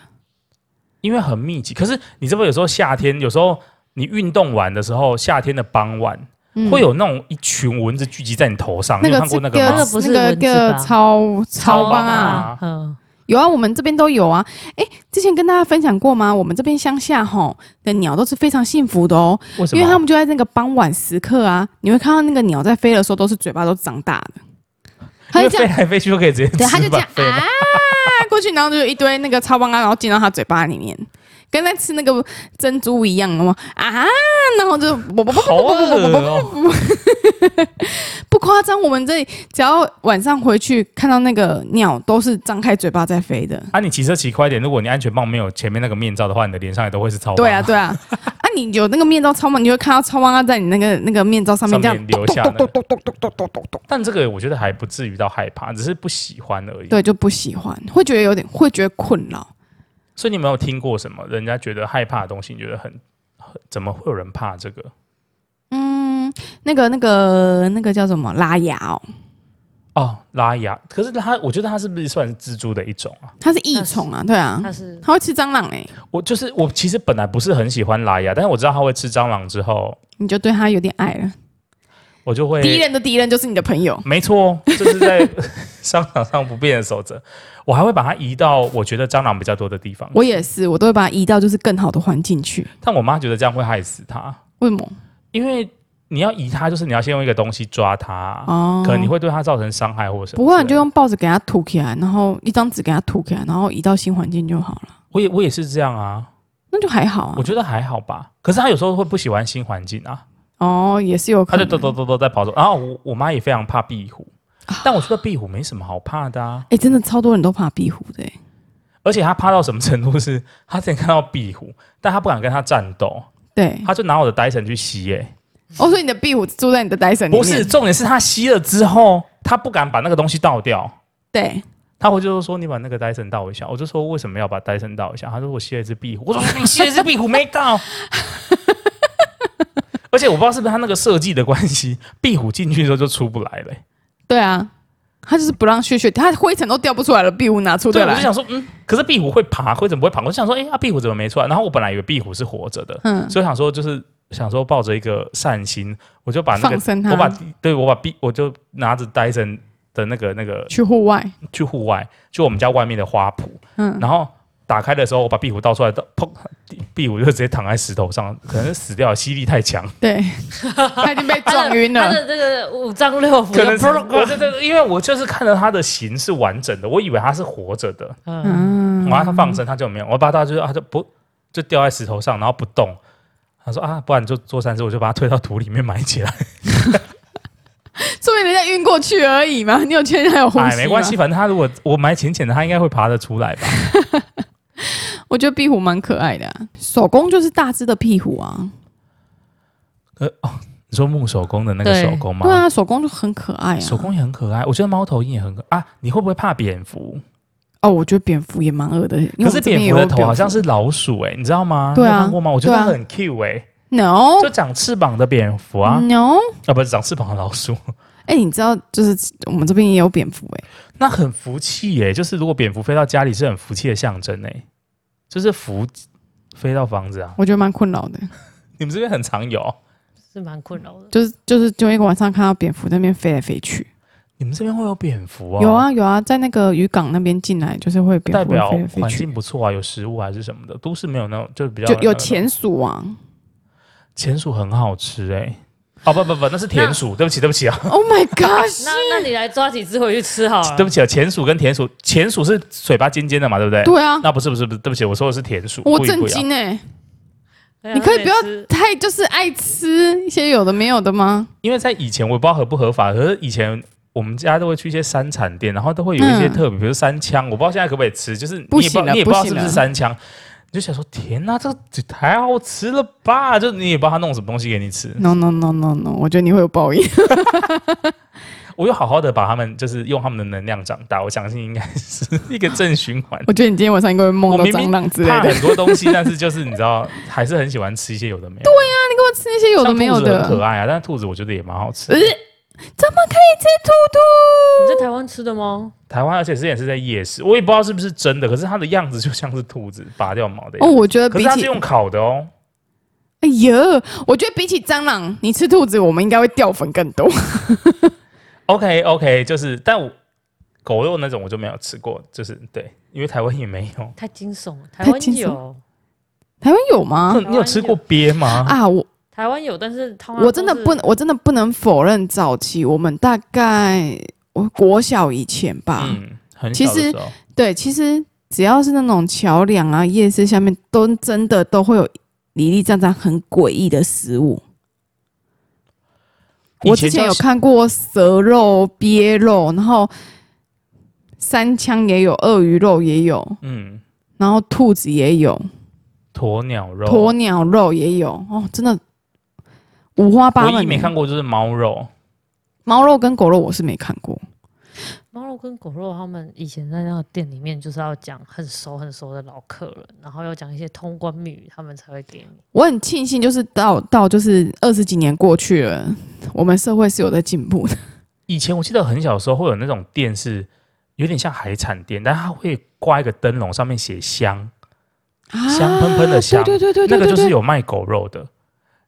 因为很密集。可是你知不知道有时候夏天，有时候你运动完的时候，夏天的傍晚、嗯会有那种一群蚊子聚集在你头上，那你有个看过是那个个吗？那个不是那蚊子吧个超超棒棒啊啊！ 嗯，有啊，我们这边都有啊。哎，之前跟大家分享过吗？我们这边乡下吼的鸟都是非常幸福的哦，为什因么？为他们就在那个傍晚时刻啊，你会看到那个鸟在飞的时候都是嘴巴都张大的，它因就为这飞样，来飞去就可以直接对，它吃就啊这吧样飞啊过去，然后就有一堆那个超棒啊，然后进到它嘴巴里面。跟在吃那个珍珠一样，那么啊，然后就不不不好恶哦、不夸张，我们这里只要晚上回去看到那个鸟都是张开嘴巴在飞的。啊，你骑车骑快一点，如果你安全帽没有前面那个面罩的话，你的脸上也都会是超。对啊，，对啊，啊，你有那个面罩超忙，你就会看到超忙啊，在你那个那个面罩上上面这样面留下那个。但这个我觉得还不至于到害怕，只是不喜欢而已。对，就不喜欢，会觉得有点，会觉得困扰。所以你有没有听过什么人家觉得害怕的东西？你觉得很很怎么会有人怕这个？嗯，那个、那个、那个叫什么拉牙哦，哦，拉牙，可是它，我觉得它是不是算是蜘蛛的一种啊？它是益虫啊，对啊，它是它会吃蟑螂哎、我就是我其实本来不是很喜欢拉牙，但是我知道它会吃蟑螂之后，你就对它有点爱了。我就会敌人的敌人就是你的朋友，没错，这是在 商场上不变的守则。我还会把它移到我觉得蟑螂比较多的地方。我也是，我都会把它移到就是更好的环境去。但我妈觉得这样会害死它，为什么？因为你要移它，就是你要先用一个东西抓它，哦，可能你会对它造成伤害或什么之类的。不会啊，你就用报纸给它涂起来，然后一张纸给它涂起来，然后移到新环境就好了，我也我也是这样啊，那就还好啊我。觉得还好吧。可是它有时候会不喜欢新环境啊，哦，也是有它可就能。抖抖抖抖在跑走。然后我我妈也非常怕壁虎，啊但我觉得壁虎没什么好怕的啊。哎、真的超多人都怕壁虎的、欸，而且她怕到什么程度是，她之前看到壁虎，但她不敢跟它战斗，对。她就拿我的 Dyson 去吸耶、哦，所以你的壁虎住在你的 Dyson 里面？不是，，重点是他吸了之后，他不敢把那个东西倒掉，对，他会就是说你把那个戴森倒一下。我就说为什么要把戴森倒一下？他说我吸了一只壁虎。我说你吸了一只壁虎没倒。 而且我不知道是不是他那个设计的关系，壁虎进去之后就出不来了、欸。对啊，它就是不让血血，它灰尘都掉不出来了，壁虎哪出对，得我就来？想说，嗯，可是壁虎会爬，会怎么会爬？我就想说，哎、啊，壁虎怎么没出来？然后我本来以为壁虎是活着的，嗯，所以我想说就是想说抱着一个善心，我就把那放个生它我把对我把壁我就拿着戴森的那个那个去户外，去户外，就我们家外面的花圃，嗯，然后打开的时候，我把壁虎倒出来，倒砰，壁虎就直接躺在石头上，可能是死掉了，吸力太强， 对，它已经被撞晕他了。的这个五脏六腑可能的是我这这，因为我就是看到它的形是完整的，我以为它是活着的，嗯，嗯，我让它放生，它就没有，我把它就是它就不就掉在石头上，然后不动。他说啊，不然就做三只，我就把它推到土里面埋起来。说明人家晕过去而已嘛，你有确认它有呼吸哎，没关系，吗。反正它如果我埋浅浅的，它应该会爬得出来吧？我觉得壁虎蛮可爱的、啊，手工就是大只的壁虎啊，你说木手工的那个对手工吗？对啊，手工就很可爱啊。手工也很可爱，我觉得猫头鹰也很可爱啊。你会不会怕蝙蝠？哦，我觉得蝙蝠也蛮恶的，可因为我是这边蝙也蝠有的头好像蝙蝠是老鼠哎、你知道吗？对啊你有看过吗？我觉得它对啊很 Q 哎、 no 就长翅膀的蝙蝠啊， no，啊不是长翅膀的老鼠， 哎、你知道就是我们这边也有蝙蝠哎、那很福气哎、就是如果蝙蝠飞到家里是很福气的象征哎、就是福飞到房子啊。我觉得蛮困扰的，你们这边很常有，是蛮困扰的。就是就是就一个晚上看到蝙蝠在那边飞来飞去，你们这边会有蝙蝠哦？有，啊有啊，在那个渔港那边进来就是会代蝙蝠表会飞来飞环去，境不错啊，有食物还是什么的。都市没有那种，就比较呃就有那个钱鼠啊田鼠很好吃哎、哦不不不，那是田鼠，对不起对不起啊。 ，Oh my gosh，那那你来抓几只回去吃好了。对 不起啊，钱鼠跟田鼠，钱鼠是嘴巴尖尖的嘛，对不对？对 啊，那不是不是不是，对不起，我说的是田鼠。我故意震不一样。惊哎、对啊，你可以不要那得吃太就是爱吃一些有的没有的吗？因为在以前我也不知道合不合法，可是以前我们家都会去一些山产店，然后都会有一些嗯特别，比如山枪，我不知道现在可不可以吃，就是你也不不知道行了你也不知道不是行啊不是了山枪，你就想说天哪、这这太好吃了吧？就你也不知道他弄什么东西给你吃， No no no no no，我觉得你会有报应。 我又好好的把他们就是用他们的能量长大，我相信应该是一个正循环。我觉得你今天晚上应该会梦我到明蟑明螂 之类怕的。很多东西，但是就是你知道，还是很喜欢吃一些有的没有的。多吃那些有的没有像兔子很可的。爱啊，但是兔子我觉得也蛮好吃。呃怎么可以吃兔兔？你在台湾吃的吗？台湾，而且之前是在夜市，我也不知道是不是真的，可是它的样子就像是兔子拔掉毛的样哦，子。我觉得啊可比是它是起，用烤的哦，哎呀，我觉得比起蟑螂，你吃兔子，我们应该会掉粉 更多。 OK OK，就是但我狗肉那种我就没有吃过，就是对，因为台湾也没有。太惊悚了，台太湾惊悚有，台湾有吗 那？你有吃过鳖吗？啊，我台湾有，但是通常我真的啊都是不，能，我真的不能否认，早期我们大概我国小以前吧，嗯嗯，很小的时候对，其实只要是那种桥梁啊、夜市下面，都真的都会有里里站站很诡异的食物。我之前有看过蛇肉、鳖肉，然后三枪也有，鳄鱼肉也有，嗯，然后兔子也有，鸵鸟肉，鸵鸟肉也有，哦，真的五花八唯门。欸一没看过就是猫肉，猫肉跟狗肉，我是没看过。猫肉跟狗肉，他们以前在那个店里面就是要讲很熟很熟的老客人，然后要讲一些通关密语，他们才会给你。我很庆幸，就是到到就是二十几年过去了，我们社会是有在进步的。以前我记得很小的时候会有那种店是有点像海产店，但它会挂一个灯笼，上面写香， 香喷喷的啊香对对对对对那个就是对有卖狗肉的。嗯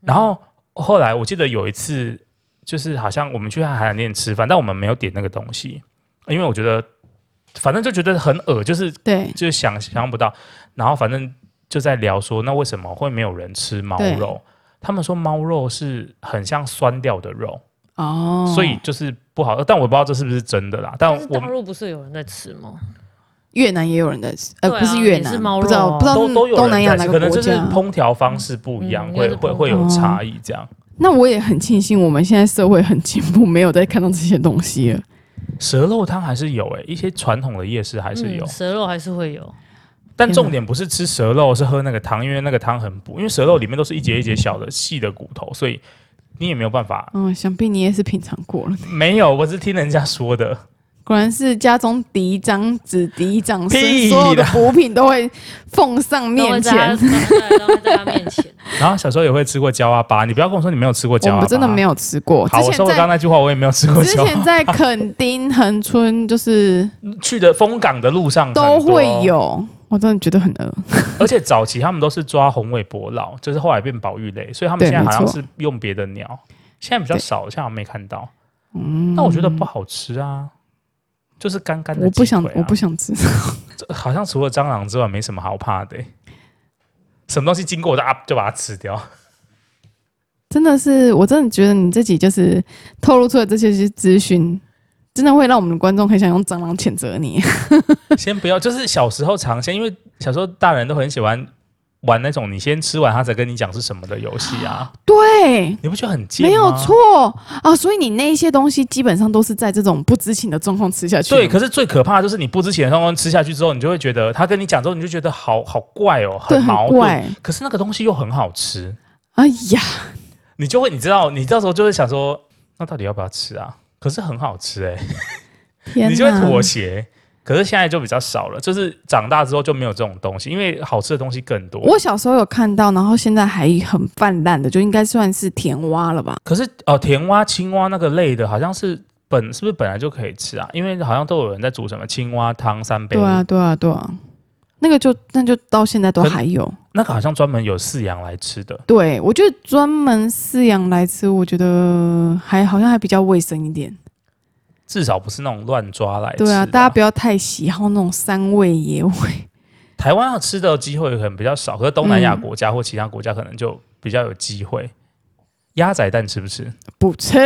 然后后来我记得有一次，就是好像我们去海产店吃饭，但我们没有点那个东西，因为我觉得反正就觉得很恶，就是对就是想想象不到。然后反正就在聊说，那为什么会没有人吃猫对肉？他们说猫肉是很像酸掉的肉，哦，所以就是不好。但我不知道这是不是真的啦。但是我大陆不是有人在吃吗？越南也有人在吃，呃，对啊不是越也南，是猫肉不知道啊不知道都是都有东南亚人在吃，哪个可能国就是家。烹调方式不一样，嗯会应该是会烹会有调差异这样。那我也很庆幸，我们现在社会很进步，没有再看到这些东西了。蛇肉汤还是有诶、一些传统的夜市还是有，嗯、蛇肉还是会有。但重点不是吃蛇肉，是喝那个汤，因为那个汤很补，因为蛇肉里面都是一节一节小的细的骨头，所以你也没有办法。嗯，想必你也是品尝过了。没有，我是听人家说的，果然是家中嫡长子、嫡长孙屁，啦所有的补品都会奉上都会面在他前。对都会在他面前。然后小时候也会吃过焦阿巴，你不要跟我说你没有吃过我焦阿巴，们真的没。有吃过，之好，我前说我刚刚在那句话，我也没有吃过之焦阿巴。前在垦丁恒 春就是去的风港的路上很多都会，有，我真的觉得很饿。而且早期他们都是抓红尾伯劳，就是后来变保育类，所以他们对现在好像没错是用别的鸟，现在比较少，现在好像没看到。嗯，但我觉得不好吃啊，就是干干的、啊我不想，我不，想吃。 这好像除了蟑螂之外没什么好怕的欸、什么东西经过我就啊就把它吃掉， 真的是，我真的觉得你自己就是透露出的这些资讯，真的会让我们的观众很想用蟑螂谴责你。 先不要。就是小时候尝鲜，因为小时候大人都很喜欢玩那种你先吃完他才跟你讲是什么的游戏啊，对，你不觉得很贱吗没有。错啊，所以你那一些东西基本上都是在这种不知情的状况吃下去。对，可是最可怕的就是你不知情的东西吃下去之后，你就会觉得他跟你讲之后，你就觉得好好怪哦，对，矛很盾。怪。可是那个东西又很好吃，哎呀，你就会你知道，你到时候就会想说，那到底要不要吃啊？可是很好吃哎、天哪！你就会妥协。可是现在就比较少了，就是长大之后就没有这种东西，因为好吃的东西更多。我小时候有看到，然后现在还很泛滥的，就应该算是甜蛙了吧？可是哦，甜蛙、青蛙那个类的，好像是本是不是本来就可以吃啊？因为好像都有人在煮什么青蛙汤三杯，对啊，对啊，对啊，那个就那就到现在都还有。那个好像专门有饲养来吃的。对，我觉得专门饲养来吃，我觉得还好像还比较卫生一点。至少不是那种乱抓来吃的。对啊，大家不要太喜好那种山味野味。台湾要吃的机会可能比较少，可是东南亚嗯国家或其他国家可能就比较有机会。鸭仔蛋吃不吃？不吃，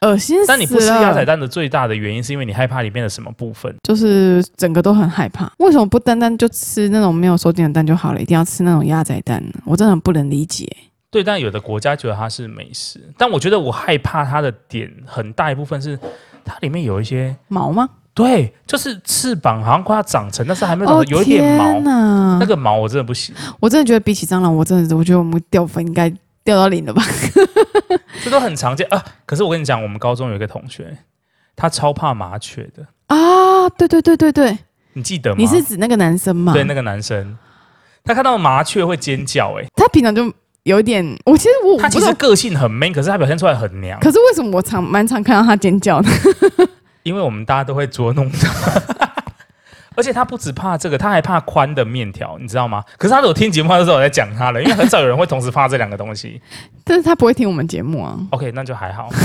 恶心死了。但你不吃鸭仔蛋的最大的原因是因为你害怕里面的什么部分？就是整个都很害怕。为什么不单单就吃那种没有收紧的蛋就好了，一定要吃那种鸭仔蛋呢？我真的很不能理解。对，但有的国家觉得它是美食，但我觉得我害怕它的点很大一部分是它里面有一些，毛吗？对，就是翅膀好像快要长成，但是还没有长哦，成，有一点天毛，哪！那个毛我真的不行，我真的觉得比起蟑螂，我真的我觉得我们掉分应该掉到零了吧？ 这都很常见啊。可是我跟你讲，我们高中有一个同学，他超怕麻雀的，啊，对对对对对，你记得吗？你是指那个男生吗？对那个男生，他看到麻雀会尖叫、欸，他平常就有点，我其实我他不其知道实，个性很 man，可是他表现出来很娘，可是为什么我常蛮常看到他尖叫的？ 因为我们大家都会捉弄他。 而且他不只怕这个，他还怕宽的面条，你知道吗？可是他有听节目的时候，我在讲他了，因为很少有人会同时怕这两个东西。 但是他不会听我们节目啊， OK，那就还好。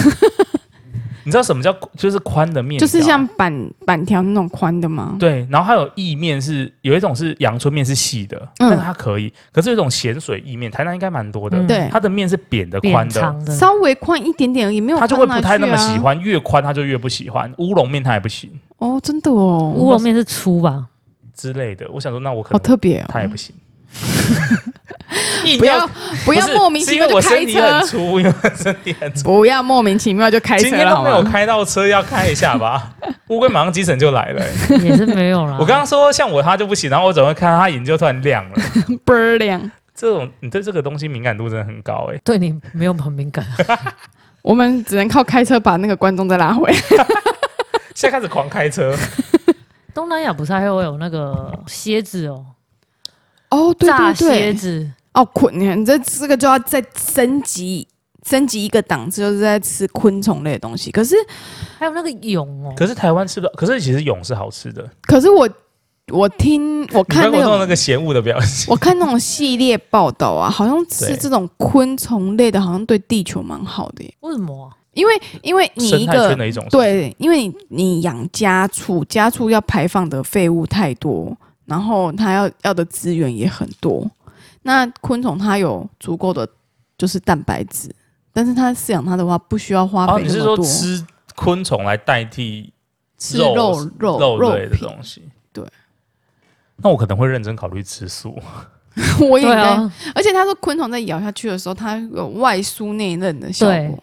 你知道什么叫就是宽的面就条？是像板板条那种宽的吗？对，然后还有意面是有一种是阳春面是细的，但嗯是它可以。可是有一种咸水意面，台南应该蛮多的，嗯对它的面是扁的、宽扁的，长的，稍微宽一点点而已，没有他就会宽不哪太去那么喜啊欢，越宽他就越不喜欢。乌龙面他也不行，哦，真的哦， 乌龙面是粗吧？之类的。我想说，那我可好能特别哦！他也不行，硬不要不要是莫名是其因妙为就我开身体很车，粗，因为我身体很粗。不要莫名其妙就 开今车天了都好没有吗？开到车，要开一下 吧。乌龟马上精神就来了、啊欸也是没有啦。我刚刚说像我他就不行，然后我怎么会看他眼睛就突然亮了？倍儿亮。这种你对这个东西敏感度真的很高哎、欸对你没有很敏感，我们只能靠开车把那个观众再拉回来。现在开始狂开车，东南亚不是还会有那个蝎子哦， 哦，对炸对蝎对，子，哦，昆，你看这这个就要再升级升级一个档次，就是在吃昆虫类的东西。可是还有那个蛹哦。可是台湾吃不到，可是其实蛹是好吃的。可是我我听你我不要看给那我弄那种个嫌恶的表情。我看那种系列报道啊，好像吃对这种昆虫类的，好像对地球蛮好的耶。为什么啊、因为因为你生一态圈个的一种，对，因为你你养家畜，家畜要排放的废物太多，然后它要要的资源也很多。那昆虫它有足够的就是蛋白质，但是它饲养它的话，不需要花哦，费你那是么说多。吃昆虫来代替吃肉肉肉肉肉类的品东西？对。那我可能会认真考虑吃素。 我也对应该，啊，而且他说昆虫在咬下去的时候，它有外酥内嫩的效对果。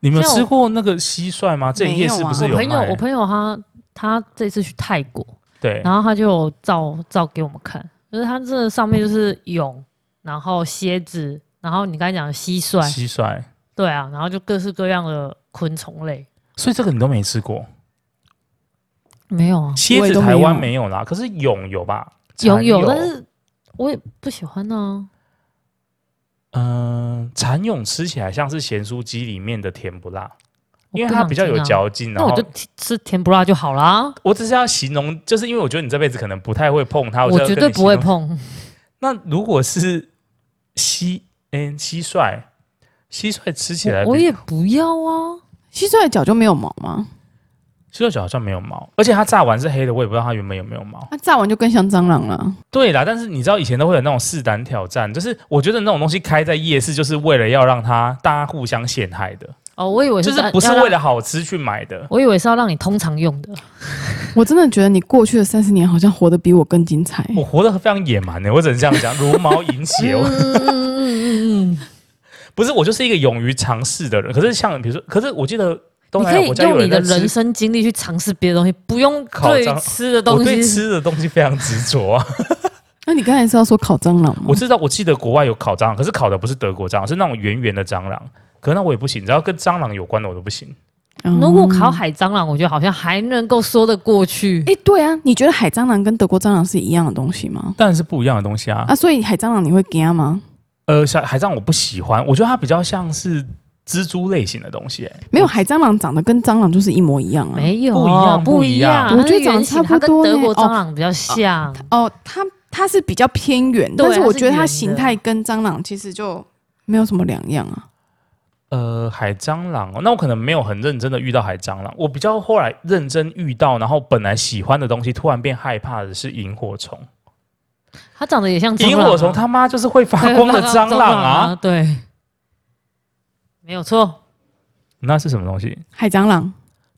你们有像我吃过那个蟋蟀吗？哎这里夜市不是啊我有朋友卖？我朋友他他这次去泰国，对，然后他就有照照给我们看，就是他这上面就是蛹，然后蝎子，然后你刚才讲的蟋蟀，蟋蟀，对啊，然后就各式各样的昆虫类，所以这个你都没吃过。没有啊，蝎我也子都没台有湾没有啦，可是蛹有吧？有蚕有，但是我也不喜欢啊呢、嗯，蚕蛹吃起来像是咸酥鸡里面的甜不辣，我因为不它想比较听有啊，嚼劲。然那后我就吃吃甜不辣就好啦，我只是要形容，就是因为我觉得你这辈子可能不太会碰它，我就要绝跟对你不会形容。碰。那如果是蟋，嗯，蟋蟀，蟋蟀吃起来我我比也不要啊，蟋蟀的脚就没有毛吗？蟋蟀脚好像没有毛，而且它炸完是黑的，我也不知道它原本有没有毛。它炸完就更像蟑螂了。对啦，但是你知道以前都会有那种试胆挑战，就是我觉得那种东西开在夜市，就是为了要让它大家互相陷害的，哦，我以为就是要不是要让为了好吃去买的。我以为是要让你通常用的， 我真的觉得你过去的三十年好像活得比我更精彩。我活得非常野蛮欸的、我只能这样讲，茹毛饮血。嗯我 不是，我就是一个勇于尝试的人。可是像比如说，可是我记得东你南可亚以国家有用你的在吃人生经历去尝试别的东西，不用烤对蟑于吃的我东对西。吃的东西非常执着啊！ 那你刚才是要说烤蟑螂吗？我知道，我记得国外有烤蟑螂，可是烤的不是德国蟑螂，是那种圆圆的蟑螂。可是那我也不行，只要跟蟑螂有关的我都不行。嗯如果烤海蟑螂，我觉得好像还能够说得过去。哎、对啊，你觉得海蟑螂跟德国蟑螂是一样的东西吗？当然是不一样的东西啊啊，所以海蟑螂你会惊吗？呃，小海蟑我不喜欢，我觉得它比较像是蜘蛛类型的东西、欸。没有，海蟑螂长得跟蟑螂就是一模一样啊。没有，不一样不不一一样样。我觉得长它是得圆形差不它跟多德呢国哦蟑螂比较像。哦，它它是比较偏远，对但是它我是觉得它圆形的态跟蟑螂其实就没有什么两样啊。呃，海蟑螂哦，那我可能没有很认真的遇到海蟑螂，我比较后来认真遇到，然后本来喜欢的东西突然变害怕的是萤火虫。它长得也像蟑萤螂啊火虫他妈就是会发对光的它蟑像 螂啊！！ 对，没有错，那是什么东西？海蟑螂，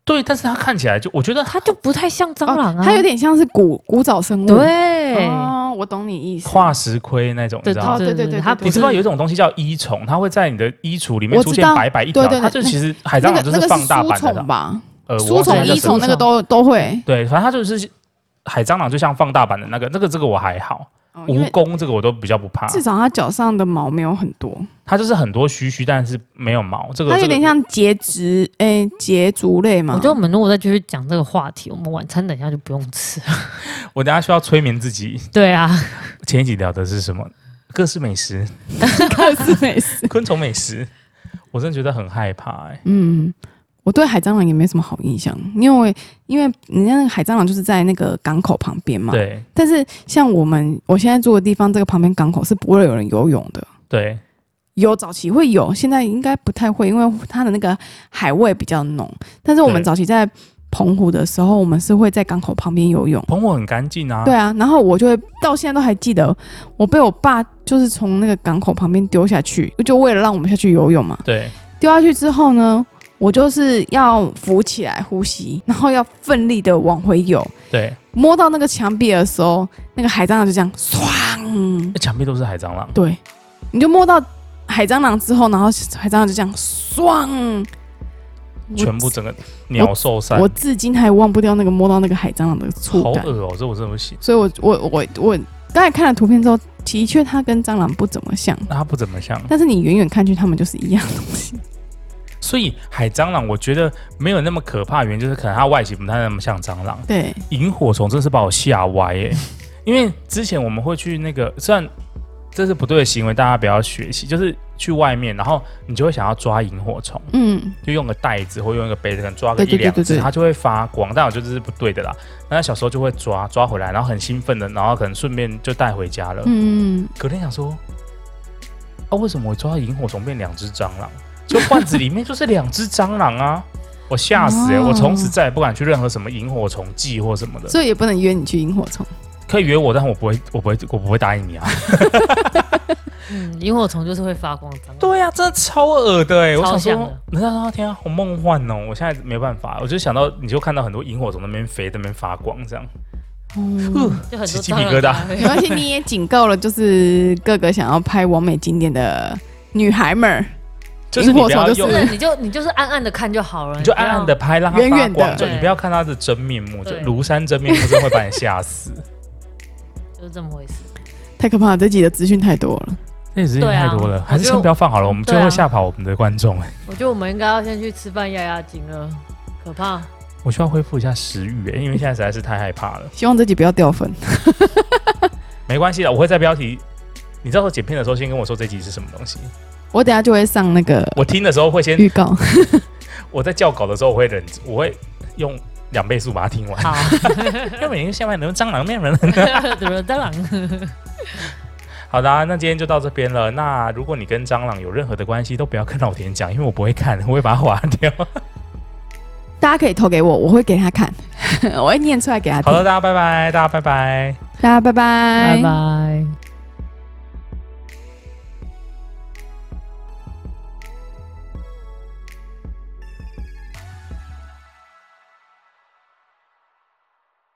对，但是它看起来就，我觉得它它就不太像蟑螂哦啊。它有点像是古古早生物。对，哦，我懂你意思。化石盔那种，你对知道吗？对对对它对不你是知不知道有一种东西叫衣虫，它会在你的衣橱里面我出知现道白白一条，对对对它就其实海那蟑个螂就那个放大书版的虫啦。吧，呃，我书忘记虫、它叫衣什么虫虫那个都都会。对，反正它就是海蟑螂，就像放大版的那个，那个这个我还好，哦因蜈为蚣这个我都比较不怕，至少它脚上的毛没有很多，它就是很多须须，但是没有毛，这个它有这个点像节肢，诶，节足类嘛。我觉得我们如果再继续讲这个话题，我们晚餐等一下就不用吃了。我等一下需要催眠自己。对啊，前一集聊的是什么？各式美食，克斯美食。昆虫美食，我真的觉得很害怕 哎、嗯，我对海蟑螂也没什么好印象，因为因为人家那个海蟑螂就是在那个港口旁边嘛。。对但是像我们我现在住的地方，这个旁边港口是不会有人游泳的。对，有早期会有，现在应该不太会，因为它的那个海味比较浓。但是我们对早期在澎湖的时候，我们是会在港口旁边游泳。澎湖很干净啊。对啊，然后我就会到现在都还记得，我被我爸就是从那个港口旁边丢下去，就为了让我们下去游泳嘛。对丢下去之后呢，我就是要浮起来呼吸，然后要奋力的往回游。对，摸到那个墙壁的时候，那个海蟑螂就这样唰，那哎墙壁都是海蟑螂，对，你就摸到海蟑螂之后，然后海蟑螂就这样唰，我全部整个鸟兽散我，至今还忘不掉那个摸到那个海蟑螂的触好感。恶哦，这我真的不行。所以我，我我我刚才看了图片之后，的确它跟蟑螂不怎么像，那它不怎么像，但是你远远看去，它们就是一样的东西。所以海蟑螂我觉得没有那么可怕，原因就是可能它外形不太那么像蟑螂。对，萤火虫真是把我吓歪耶、 因为之前我们会去那个，虽然这是不对的行为，大家不要学习，就是去外面，然后你就会想要抓萤火虫，嗯，就用个袋子或用一个杯子，可能抓个对对一对两对只，对它就会发光。但我觉得这是不对的啦。那小时候就会抓抓回来，然后很兴奋的，然后可能顺便就带回家了。嗯，隔天想说，啊，为什么我抓到萤火虫变两只蟑螂？就罐子里面就是两只蟑螂啊！我吓死、欸，哦我从此再也不敢去任何什么萤火虫季或什么的。所以也不能约你去萤火虫。可以约我，但我不会，我不会，我不会答应你啊。嗯，萤火虫就是会发光的蟑螂。对呀、啊，真的超恶的哎、我超想像说的，人家说天啊，好梦幻哦！我现在没办法，我就想到你就看到很多萤火虫那边飞，那边发光这样。 嗯，就很多起鸡皮疙瘩蟑螂没关 系，你也警告了，就是各个想要拍完美景点的女孩们儿，就是你萤火不要虫就用不是，你就 你就是暗暗的看就好了，你就暗暗的拍，让它远发远的光，就对你不要看它的真面目，就对庐山真面目真的会把你吓死。不要，就是这么回事。太可怕了，这集的资讯太多了。 那时间对太啊多了，还是我就先不要放好了，我们最对后啊吓跑我们的观众哎、我觉得我们应该要先去吃饭压压惊了，可怕。我需要恢复一下食欲哎、因为现在实在是太害怕了。希望这集不要掉粉。没关系的，我会在标题，你到时候剪片的时候先跟我说这集是什么东西。我等下就会上那 个我听的时候会先预告。我在校稿的时候，我会忍，我会用两倍速把它听完。 好， 因为每天下班能蟑螂面人。 怎么蟑螂？好啦，那今天就到这边了。那如果你跟蟑螂有任何的关系，都不要跟老田讲，因为我不会看，我会把它划掉。 大家可以投给我，我会给 他看，我会念出来给他好听了，。大家拜拜，大家拜拜。大家拜拜，拜。